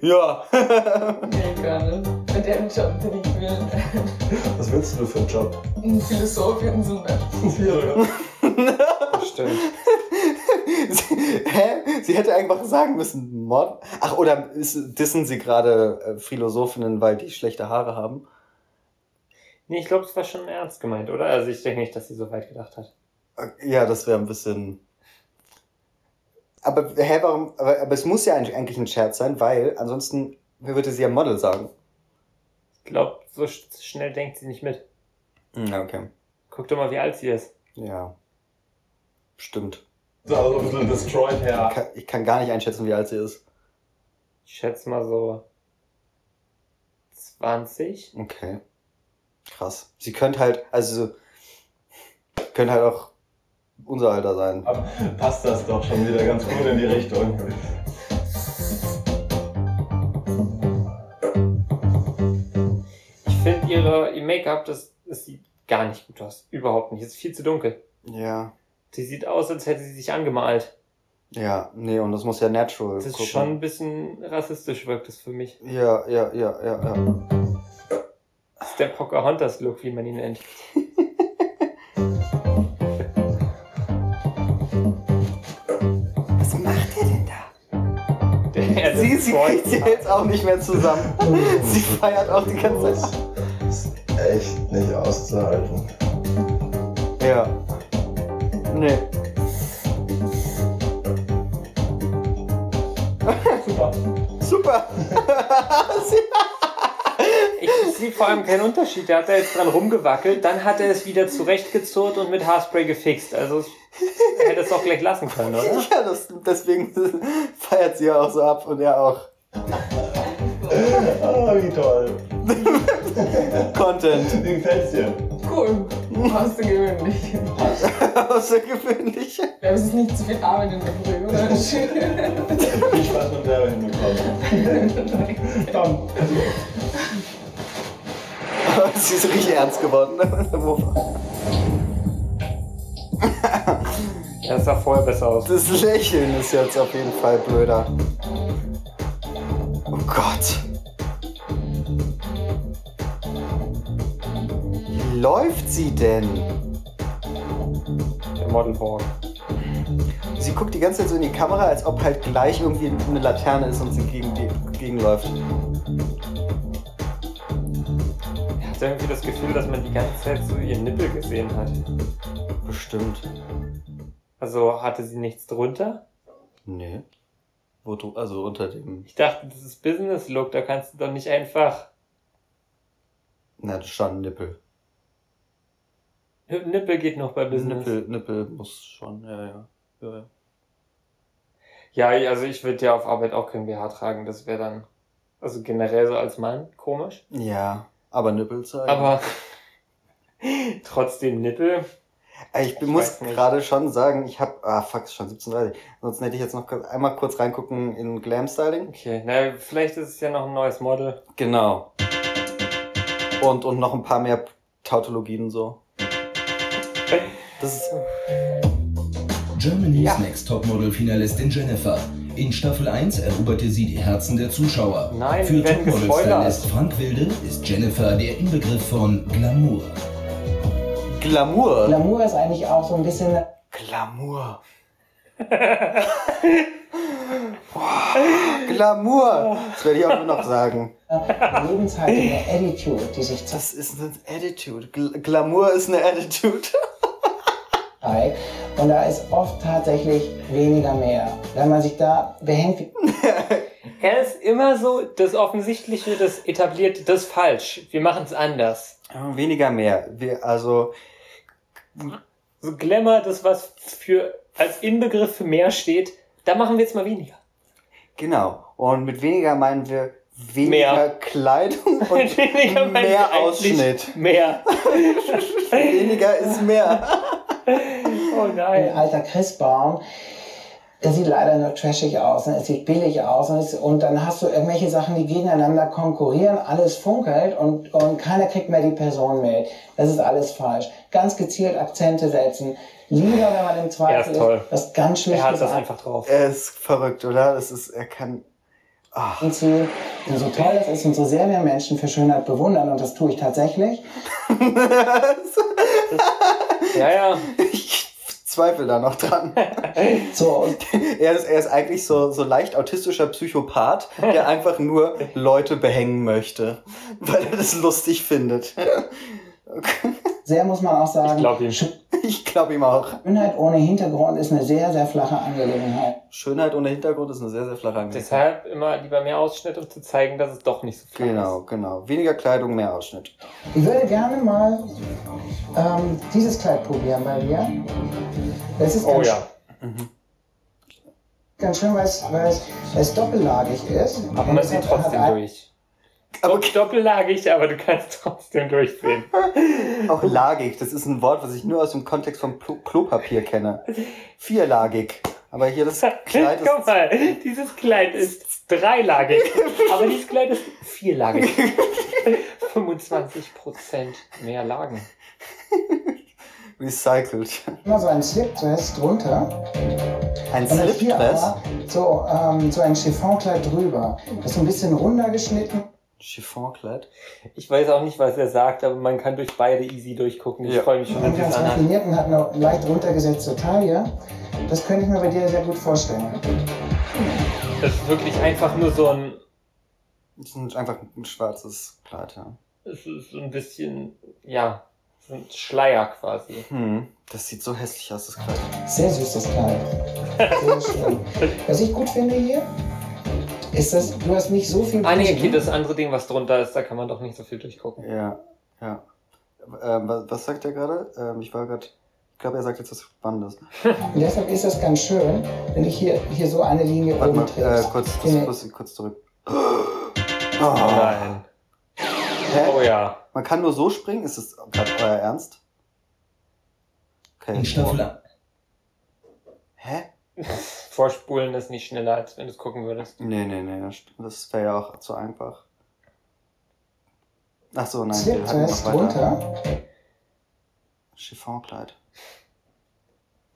Ja.
Nee, gar nicht. Bei dem Job, den ich will.
Was willst du für einen Job?
Ein Philosophin zum Beispiel.
Das stimmt.
sie, hä? Sie hätte einfach sagen müssen, Mord. Ach, oder ist, dissen sie gerade äh, Philosophinnen, weil die schlechte Haare haben?
Nee, ich glaube, es war schon ernst gemeint, oder? Also ich denke nicht, dass sie so weit gedacht hat.
Äh, Ja, das wäre ein bisschen. Aber hä, warum? Aber, aber es muss ja eigentlich eigentlich ein Scherz sein, weil ansonsten wer würde sie ja Model sagen.
Ich glaube, so sch schnell denkt sie nicht mit.
Ja, okay.
Guck doch mal, wie alt sie ist.
Ja. Stimmt.
Also ein bisschen destroyed her.
Ka- Ich kann gar nicht einschätzen, wie alt sie ist.
Ich schätze mal so 20.
Okay. Krass. Sie könnte halt, also, könnte halt auch unser Alter sein.
Passt das doch schon wieder ganz gut in die Richtung.
Ich finde ihre, ihr Make-up, das, das sieht gar nicht gut aus. Überhaupt nicht. Es ist viel zu dunkel.
Ja.
Sie sieht aus, als hätte sie sich angemalt.
Ja, nee, und das muss ja natural
Das ist schon ein bisschen rassistisch, wirkt das für mich.
Ja, ja, ja, ja, ja.
Das ist der Pocahontas-Look, wie man ihn nennt.
Was macht er denn da?
Der
Sie, sie kriegt sie jetzt auch nicht mehr zusammen. sie feiert auch die ganze Zeit.
Das ist echt nicht auszuhalten.
Ja. Nee.
Super.
Super.
Ich sehe vor allem keinen Unterschied. Da hat er jetzt dran rumgewackelt, dann hat er es wieder zurechtgezurrt und mit Haarspray gefixt. Also es- er hätte es auch gleich lassen können, oder?
ja, das, deswegen feiert sie ja auch so ab und er auch.
Ah, wie toll.
Content.
Wie gefällt's dir?
Cool. Außergewöhnlich.
Außergewöhnlich.
Wir haben es nicht zu viel Arbeit in der Früh, oder? Schön.
Ich war schon selber hinbekommen. Komm.
sie ist richtig ernst geworden.
Ja, das sah vorher besser aus.
Das Lächeln ist jetzt auf jeden Fall blöder. Oh Gott. Wie läuft sie denn?
Der Modelborg.
Sie guckt die ganze Zeit so in die Kamera, als ob halt gleich irgendwie eine Laterne ist und sie gegen die gegenläuft.
Ich hatte irgendwie das Gefühl, dass man die ganze Zeit so ihren Nippel gesehen hat.
Bestimmt.
Also hatte sie nichts drunter?
Nee. Wo du, also unter dem.
Ich dachte, das ist Business-Look, da kannst du doch nicht einfach
Na, das stand Nippel.
Nippel geht noch bei Business.
Nippel, Nippel muss schon, ja, ja. ja, ja.
Ja, also ich würde ja auf Arbeit auch kein BH tragen, das wäre dann, also generell so als Mann, komisch.
Ja, aber Nippel zeigen.
Aber trotzdem Nippel.
Ey, ich,
Ich
muss
weiß nicht.
gerade schon sagen, ich habe, ah fuck, es ist schon 17.30 Ansonsten hätte ich jetzt noch kurz- einmal kurz reingucken in Glam Styling.
Okay, na, vielleicht ist es ja noch ein neues Model.
Genau. Und, und noch ein paar mehr Tautologien so. Das ist,
Germany's Next Topmodel-Finalistin Jennifer. In Staffel 1 eroberte sie die Herzen der Zuschauer.
Nein,
Für
die werden
Topmodel-Stylist Frank Wilde ist Jennifer der Inbegriff von Glamour.
Glamour.
Glamour ist eigentlich auch so ein bisschen
Glamour. Boah, Glamour. Das werde ich auch nur noch sagen.
eine lebenshaltende Attitude, die sich
Das ist eine Attitude. Gl Glamour ist eine Attitude.
zeigt. Und da ist oft tatsächlich weniger mehr. Wenn man sich da behängt wie
Er ist immer so, das Offensichtliche, das Etablierte, das falsch. Wir machen es anders.
Weniger mehr. Wir, also,
So Glamour, das was für, als Inbegriff für mehr steht, da machen wir jetzt mal weniger.
Genau. Und mit weniger meinen wir weniger
Mehr.
Kleidung und
Weniger meine ich
mehr
eigentlich
Ausschnitt.
Mehr.
Weniger ist mehr.
Oh
ein
nein.
alter Christbaum. Das sieht leider nur trashig aus und es sieht billig aus und, es, und dann hast du irgendwelche Sachen, die gegeneinander konkurrieren, alles funkelt und, und keiner kriegt mehr die Person mit. Das ist alles falsch. Ganz gezielt Akzente setzen. Lieber, wenn man im
Er
Zweifel
ist toll.
ist, was ganz
Er hat
Schlechtes
das einfach drauf.
Er ist verrückt, oder? Das ist, er kann.
anziehen. Und so toll das ist und so sehr wir Menschen für Schönheit bewundern und das tue ich tatsächlich.
Ja, ja.
Ich zweifle da noch dran.
So, und
Er ist, er ist eigentlich so, so leicht autistischer Psychopath, der einfach nur Leute behängen möchte, weil er das lustig findet.
sehr muss man auch
Ich
sagen,
glaube ihm.
Ich glaube ihm auch.
Schönheit ohne Hintergrund ist eine sehr, sehr flache Angelegenheit.
Schönheit ohne Hintergrund ist eine sehr, sehr flache Angelegenheit.
Deshalb immer lieber mehr Ausschnitt, um zu zeigen, dass es doch nicht so viel
Genau, genau. Weniger Kleidung, mehr Ausschnitt.
Ich würde gerne mal ähm, dieses Kleid probieren bei dir. Das ist
ist. Oh
ganz,
ja.
ganz schön, weil es, weil, es, weil es doppellagig ist.
Aber
Und
man
es
sieht
hat- hat
trotzdem
ein-
durch.
Aber-
Dopp- Doppellagig, aber du kannst trotzdem durchsehen.
Auch lagig, das ist ein Wort, was ich nur aus dem Kontext von Plo Klopapier kenne. Vierlagig. Aber hier das Kleid ist.
Guck mal, dieses Kleid ist dreilagig, aber dieses Kleid ist vierlagig. 25% mehr Lagen.
Recycelt.
Immer so ein Slipdress drunter
Ein
und dann hier
Slipdress.
aber so, ähm, so ein Chiffonkleid drüber. Das ist so ein bisschen runder geschnitten.
Chiffonkleid.
Ich weiß auch nicht, was er sagt, aber man kann durch beide easy durchgucken. Ich
Ja.
freue mich schon,
Und
dass
ganz
es anhat.
raffiniert und hat eine leicht runtergesetzte Taille. Das könnte ich mir bei dir sehr gut vorstellen.
Das ist wirklich einfach nur so ein,
Das ist ein- einfach ein schwarzes Kleid, ja.
es ist so ein bisschen, ja, so ein Schleier quasi.
Hm, das sieht so hässlich aus, das Kleid.
Sehr süßes Kleid. Sehr schön. Was ich gut finde hier, ist, dass du hast nicht so viel ne?
Ah nee, okay,
Blusen.
das andere Ding, was drunter ist, da kann man doch nicht so viel durchgucken.
Ja, ja. Ähm, was, was sagt er gerade? Ähm, ich war gerade. Ich glaube, er sagt jetzt was Spannendes.
Und deshalb ist das ganz schön, wenn ich hier, hier so eine Linie
Warte
oben
mal, äh,
trägst.
kurz,
Nee.
kurz, kurz, kurz zurück.
Ah.
Oh,
Nein. Oh
hä?
ja.
Man kann nur so springen? Ist das gerade euer Ernst? Okay.
In Staffel 1.
Hä?
Vorspulen ist nicht schneller, als wenn du es gucken würdest.
Nee, nee, nee. das- Das wäre ja auch zu einfach. Ach so, nein. wir hatten
Slipdress
noch weiter.
drunter,
Chiffonkleid.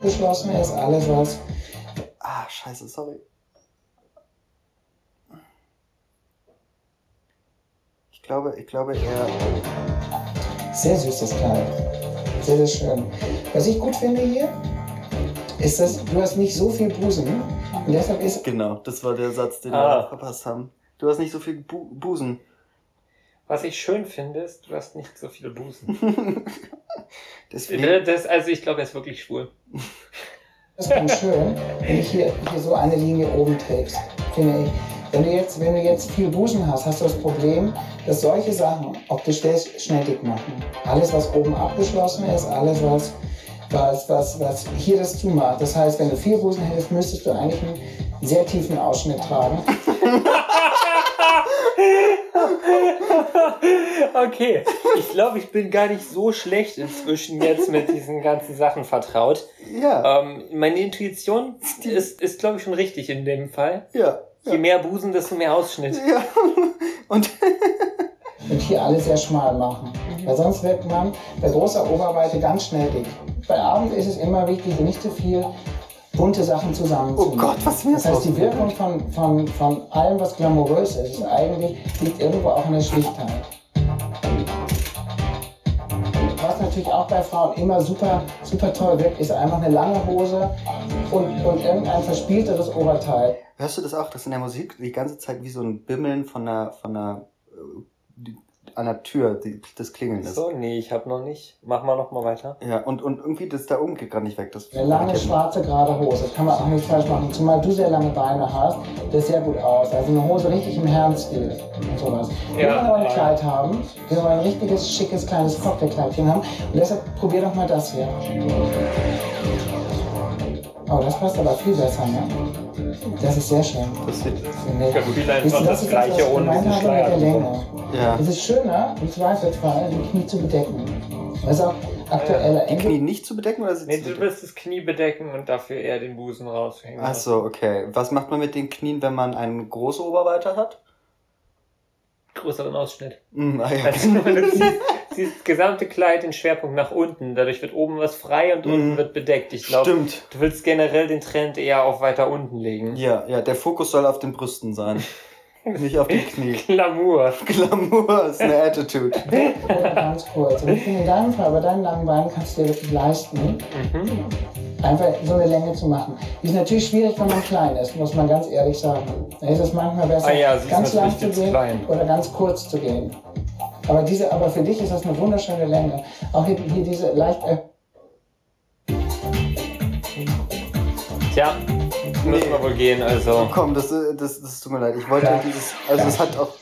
geschlossen ist alles was.
Ah, scheiße, sorry. Ich glaube, ich glaube, er.
Sehr süßes Kleid. Sehr, sehr schön. Was ich gut finde hier, ist, dass du hast nicht so viel Busen. Und deshalb ist
Genau, das war der Satz, den
Ah.
wir verpasst haben. Du hast nicht so viel Bu Busen.
Was ich schön finde, ist, du hast nicht so viele Busen.
Deswegen.
Das, also ich glaube, er ist wirklich schwul.
Das ist ganz schön, wenn ich hier, hier so eine Linie oben trägst, finde ich. Wenn du, jetzt, wenn du jetzt viel Busen hast, hast du das Problem, dass solche Sachen optisch sehr schnell dick machen. Alles, was oben abgeschlossen ist, alles, was, was, was, was hier das zumacht. Das heißt, wenn du viel Busen hättest, müsstest du eigentlich einen sehr tiefen Ausschnitt tragen.
okay, ich glaube, ich bin gar nicht so schlecht inzwischen jetzt mit diesen ganzen Sachen vertraut.
Ja,
Ähm, meine Intuition ist, ist glaube ich, schon richtig in dem Fall.
ja,
Je
ja.
mehr Busen, desto mehr Ausschnitt.
ja. Und
Und hier alles sehr schmal machen.
Mhm.
Weil sonst wird man bei großer Oberweite ganz schnell dick. Bei Abend ist es immer wichtig, nicht zu viel bunte Sachen zusammenzunehmen.
Oh Gott, was mir
Das
so
heißt, die
aufgefallen.
Wirkung von, von, von allem, was glamourös ist, ist eigentlich, liegt irgendwo auch in der Schlichtheit. Was natürlich auch bei Frauen immer super, super toll wirkt, ist einfach eine lange Hose und, und irgendein verspielteres Oberteil.
hörst du das auch, dass in der Musik die ganze Zeit wie so ein Bimmeln von einer, von einer, äh, die- an der Tür die, das Klingeln ist?
So, nee, ich habe noch nicht. Mach mal noch mal weiter.
Ja, und, und irgendwie das da oben geht gar nicht weg. Das
Eine lange, schwarze, gerade Hose. Kann man auch nicht falsch machen. Zumal du sehr lange Beine hast. Das sieht sehr gut aus. Also eine Hose richtig im Herrenstil. Und sowas. Wir
Ja.
wollen aber ein Kleid haben. Wir wollen ein richtiges, schickes, kleines Cocktailkleidchen haben. Und deshalb probier doch mal das hier. Oh, das passt aber viel besser, ne? Das ist sehr schön.
Das wird,
Nee.
Ja, viel einfach
Wisst ihr,
das
ist
Gleiche
was ich
ohne
gemeint
diesen
habe mit der
Schleier.
Länge.
ja.
Es ist schöner, im Zweifelsfall, die Knie zu bedecken. Das ist auch aktueller.
Die Knie nicht zu bedecken oder sie
Nee,
zu
du
bedecken?
wirst das Knie bedecken und dafür eher den Busen raushängen.
Ach so, okay. Was macht man mit den Knien, wenn man einen großen Oberweiter hat?
Größeren Ausschnitt.
Hm, ah, ja.
Also du ziehst, ziehst das gesamte Kleid den Schwerpunkt nach unten. Dadurch wird oben was frei und unten
Mhm.
wird bedeckt. Ich glaube,
Stimmt.
du willst generell den Trend eher auf weiter unten legen.
Ja, ja, der Fokus soll auf den Brüsten sein. Nicht auf den Knie.
Glamour.
Glamour ist eine Attitude.
Oder ganz kurz. Und ich finde, in deinem Fall, bei deinen langen Beinen kannst du dir wirklich leisten,
Mhm.
einfach so eine Länge zu machen. Die ist natürlich schwierig, wenn man klein ist, muss man ganz ehrlich sagen. Da ist es manchmal besser,
Ah ja, sie ist
ganz lang
natürlich
zu
jetzt
gehen
klein.
oder ganz kurz zu gehen. Aber, diese, aber für dich ist das eine wunderschöne Länge. Auch hier, hier diese leicht äh,
Tja, müssen wir wohl gehen. Also
Komm, das, äh, das, das tut mir leid. Ich wollte
Ja.
dieses. Also, es hat auch.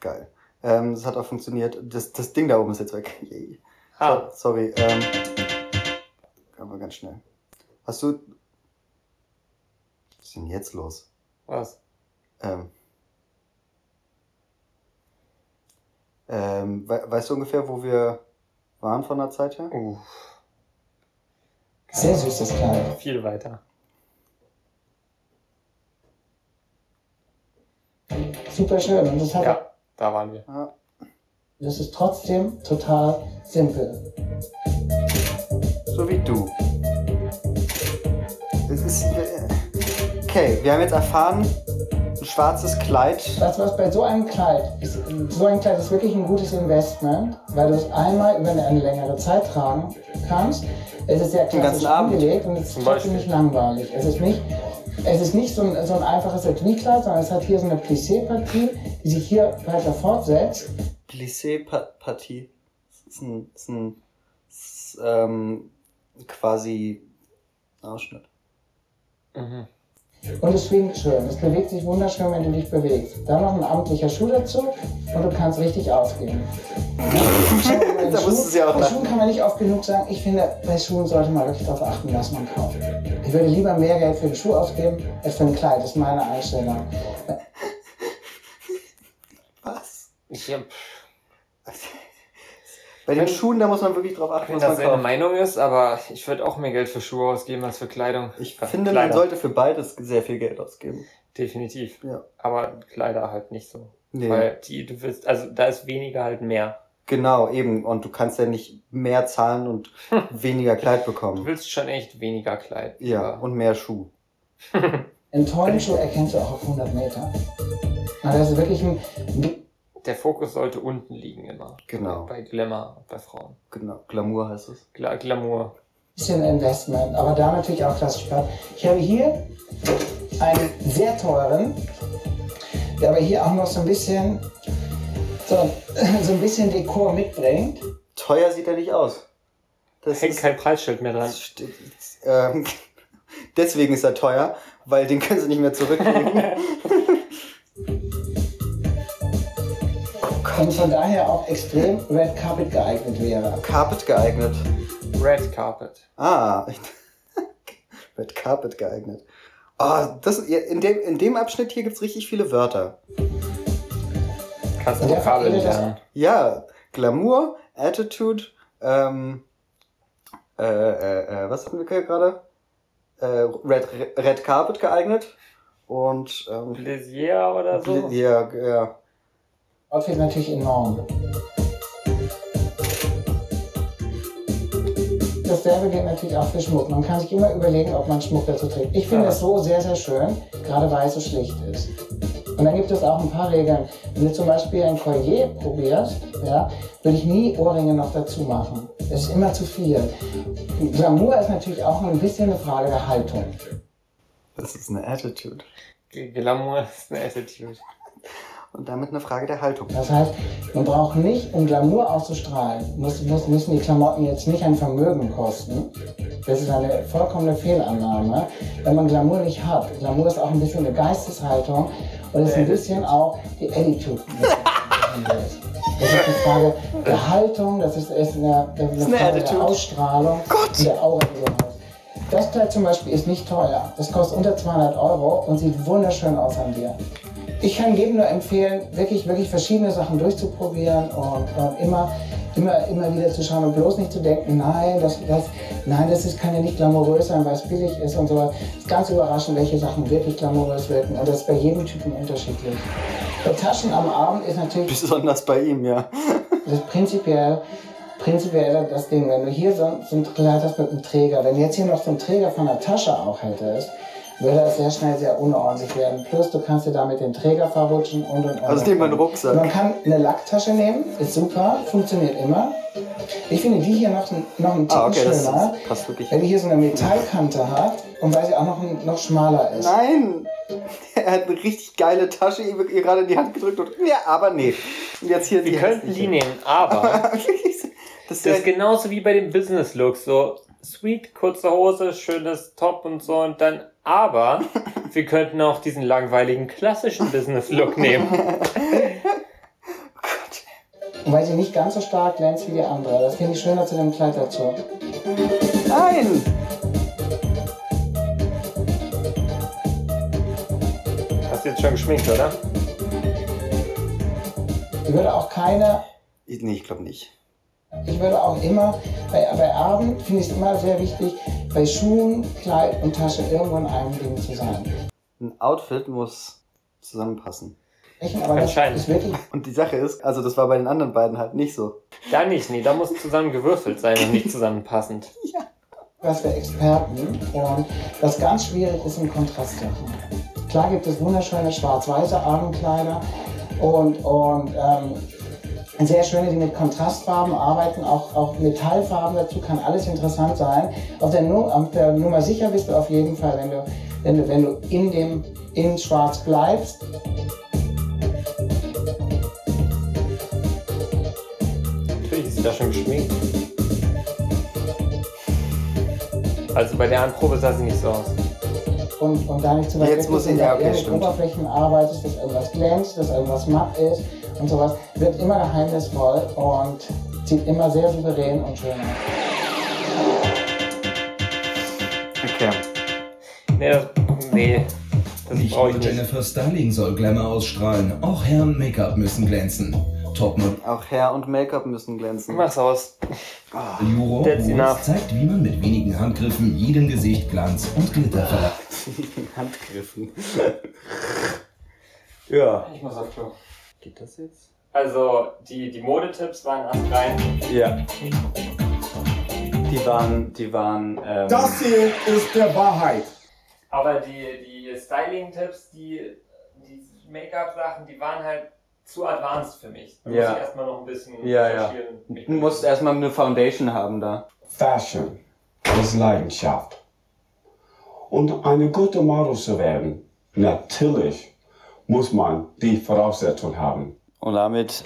Geil. Ähm, es hat auch funktioniert. Das, das Ding da oben ist jetzt weg. Yay.
ah,
So, sorry. Ähm, aber ganz schnell. Hast du. Was ist denn jetzt los?
was?
Ähm, Ähm, we weißt du ungefähr, wo wir waren von der Zeit her?
Uh,
Sehr süß, das Kleid.
viel weiter.
Super schön. Und
Also.
das, hat,
Ja, da waren wir.
Ja.
das ist trotzdem total simpel.
So wie du. Es ist. äh, Okay, wir haben jetzt erfahren, ein schwarzes Kleid.
Das was bei so einem Kleid, ist, so ein Kleid ist wirklich ein gutes Investment, weil du es einmal über eine, eine längere Zeit tragen kannst. Es ist sehr
Den ganzen
klassisch
Abend.
angelegt und es ist
Zum Beispiel.
trotzdem nicht langweilig. Es ist nicht, es ist nicht so, ein, so ein einfaches Etui-Kleid, sondern es hat hier so eine Plissé-Partie, die sich hier weiter fortsetzt.
Plissé-Partie. Das ist ein. Das ist ein das ist, ähm, quasi. Ausschnitt.
Mhm.
Und es schwingt schön. Es bewegt sich wunderschön, wenn du dich bewegst. Dann noch ein amtlicher Schuh dazu und du kannst richtig aufgehen.
Da musst du sie auch
Bei
lachen.
Schuhen kann man nicht oft genug sagen. Ich finde, bei Schuhen sollte man wirklich darauf achten, was man kauft. Ich würde lieber mehr Geld für einen Schuh ausgeben, als für ein Kleid. Das ist meine Einstellung.
Was?
Ich hab,
Bei den
Wenn-
Schuhen, da muss man wirklich drauf achten,
wenn
was
das
man
seine
kauft.
Meinung ist, aber ich würde auch mehr Geld für Schuhe ausgeben als für Kleidung.
Ich
Äh,
finde, man
Kleider.
sollte für beides sehr viel Geld ausgeben.
Definitiv.
Ja.
Aber Kleider halt nicht so.
Nee.
Weil die, du willst, also da ist weniger halt mehr.
Genau, eben. Und du kannst ja nicht mehr zahlen und weniger Kleid
Du
bekommen.
willst schon echt weniger Kleid.
Ja,
Aber-
und mehr Schuh.
Einen tollen Schuh erkennst du auch auf 100 Meter. Und das ist wirklich ein...
der Fokus sollte unten liegen immer.
Genau.
Bei Glamour, bei Frauen.
Genau, Glamour heißt es.
Gla Glamour.
bisschen Investment, aber da natürlich auch klassisch Spaß. Ich habe hier einen sehr teuren, der aber hier auch noch so ein bisschen so, so ein bisschen Dekor mitbringt.
Teuer sieht er nicht aus.
Da
Das
hängt
ist-
kein Preisschild mehr dran.
das steht- ähm, deswegen ist er teuer, weil den können sie nicht mehr zurücklegen.
Und von daher auch extrem Red Carpet geeignet wäre.
Carpet geeignet.
Red Carpet.
Ah, wird Carpet geeignet. Ah, das, in, dem, in dem Abschnitt hier gibt's richtig viele Wörter.
Kannst du
Ja,
Vokabeln
das-
lernen.
Ja, Glamour, Attitude, ähm, äh, äh, äh, was hatten wir gerade? Äh, Red, Red Carpet geeignet und ähm,
Plaisier oder so?
Ja, ja.
Outfit natürlich enorm. Dasselbe gilt natürlich auch für Schmuck. Man kann sich immer überlegen, ob man Schmuck dazu trägt. Ich finde
Ja.
das so sehr, sehr schön, gerade weil es so schlicht ist. Und dann gibt es auch ein paar Regeln. Wenn du zum Beispiel ein Collier probierst, ja, würde ich nie Ohrringe noch dazu machen. Das ist immer zu viel. Glamour ist natürlich auch ein bisschen eine Frage der Haltung.
Das ist eine Attitude.
G- Glamour ist eine Attitude.
Und damit eine Frage der Haltung.
Das heißt, man braucht nicht, um Glamour auszustrahlen, muss, muss, müssen die Klamotten jetzt nicht ein Vermögen kosten. Das ist eine vollkommene Fehlannahme, wenn man Glamour nicht hat. Glamour ist auch ein bisschen eine Geisteshaltung und ist ein bisschen auch die Attitude. Das ist eine Frage der Haltung, das ist, ist eine, das ist eine
eine
Frage
Attitude.
der Ausstrahlung
Gott!
und der Aura, die du hast. Das Kleid zum Beispiel ist nicht teuer. Das kostet unter 200 Euro und sieht wunderschön aus an dir. Ich kann jedem nur empfehlen, wirklich, wirklich verschiedene Sachen durchzuprobieren und, und immer, immer, immer wieder zu schauen und bloß nicht zu denken, nein, das, das, nein, das ist, kann ja nicht glamourös sein, weil es billig ist und so. Es ist ganz überraschend, welche Sachen wirklich glamourös wirken und das ist bei jedem Typen unterschiedlich. Bei Taschen am Abend ist natürlich
Besonders bei ihm, ja.
das ist prinzipiell, prinzipiell das Ding, wenn du hier so, so ein Kleid hast mit einem Träger, wenn du jetzt hier noch so einen Träger von der Tasche auch hättest, würde das sehr schnell sehr unordentlich werden. Plus du kannst dir damit den Träger verrutschen und und und.
Also nehmen wir einen
Man
Rucksack.
kann eine Lacktasche nehmen, ist super, funktioniert immer. Ich finde die hier noch, ein- noch einen Tick
Ah, okay, das
schöner,
das passt wirklich.
weil die hier so eine Metallkante hat und weil sie auch noch, ein- noch schmaler ist.
Nein! Er hat eine richtig geile Tasche ihm ihr gerade in die Hand gedrückt und. Ja, aber nee. Und jetzt hier
Wir
die
könnten die
hässliche.
nehmen, aber
das ist
das ist
ja,
genauso wie bei dem Business Look. So sweet, kurze Hose, schönes Top und so und dann aber wir könnten auch diesen langweiligen klassischen Business Look nehmen.
Und weil sie nicht ganz so stark glänzt wie die andere. Das finde ich schöner zu dem Kleid dazu.
nein!
Hast du jetzt schon geschminkt, oder?
Ich würde auch keine
Ich- Nee, ich glaube nicht.
Ich würde auch immer, bei, bei Abend finde ich es immer sehr wichtig, bei Schuhen, Kleid und Tasche irgendwo in einem Ding zu sein.
Ein Outfit muss zusammenpassen.
Ich, aber das
Anscheinend.
ist wirklich
Und die Sache ist, also das war bei den anderen beiden halt nicht so.
Da nicht, nee, da muss zusammen gewürfelt sein und nicht zusammenpassend.
was für Experten und das ganz schwierig ist im Kontrast machen. Klar gibt es wunderschöne schwarz-weiße Abendkleider und, und ähm, sehr schöne, die mit Kontrastfarben arbeiten, auch, auch Metallfarben dazu, kann alles interessant sein. Auf der, Nu- auf der Nummer sicher bist du auf jeden Fall, wenn du, wenn du, wenn du in dem in Schwarz bleibst.
Natürlich ist sie da schon geschminkt. Also bei der Anprobe sah sie nicht so aus.
und, und da um, nicht zu weit
Jetzt
weg
muss
bist
ich-
und
ja,
da
okay,
eher mit
stimmt.
Oberflächen arbeitest, dass irgendwas glänzt, dass irgendwas matt ist und sowas, wird immer geheimnisvoll und sieht immer sehr souverän und schön aus.
Okay.
Nee, das, nee, das
Nicht
brauche
nur
ich nicht.
Jennifer Starling soll Glamour ausstrahlen, auch Herren Make-up müssen glänzen. Topmodel
Auch Hair und Make-up müssen glänzen.
Mach's aus.
Juro
That's enough.
Roos zeigt, wie man mit wenigen Handgriffen jedem Gesicht Glanz und Glitter verleiht.
Handgriffen. ja.
Ich muss auf Klo. Geht das jetzt? Also, die, die Modetipps waren astrein.
Ja. Die waren, die waren. Ähm,
Das hier ist der Wahrheit.
Aber die, die Styling-Tipps, die, die Make-up-Sachen, die waren halt zu advanced für mich. Da
Ja.
muss ich erstmal noch ein bisschen
Ja, ja.
recherchieren.
Du musst erstmal eine Foundation haben da.
Fashion ist Leidenschaft. Und eine gute Model zu werden, natürlich muss man die Voraussetzung haben.
Und damit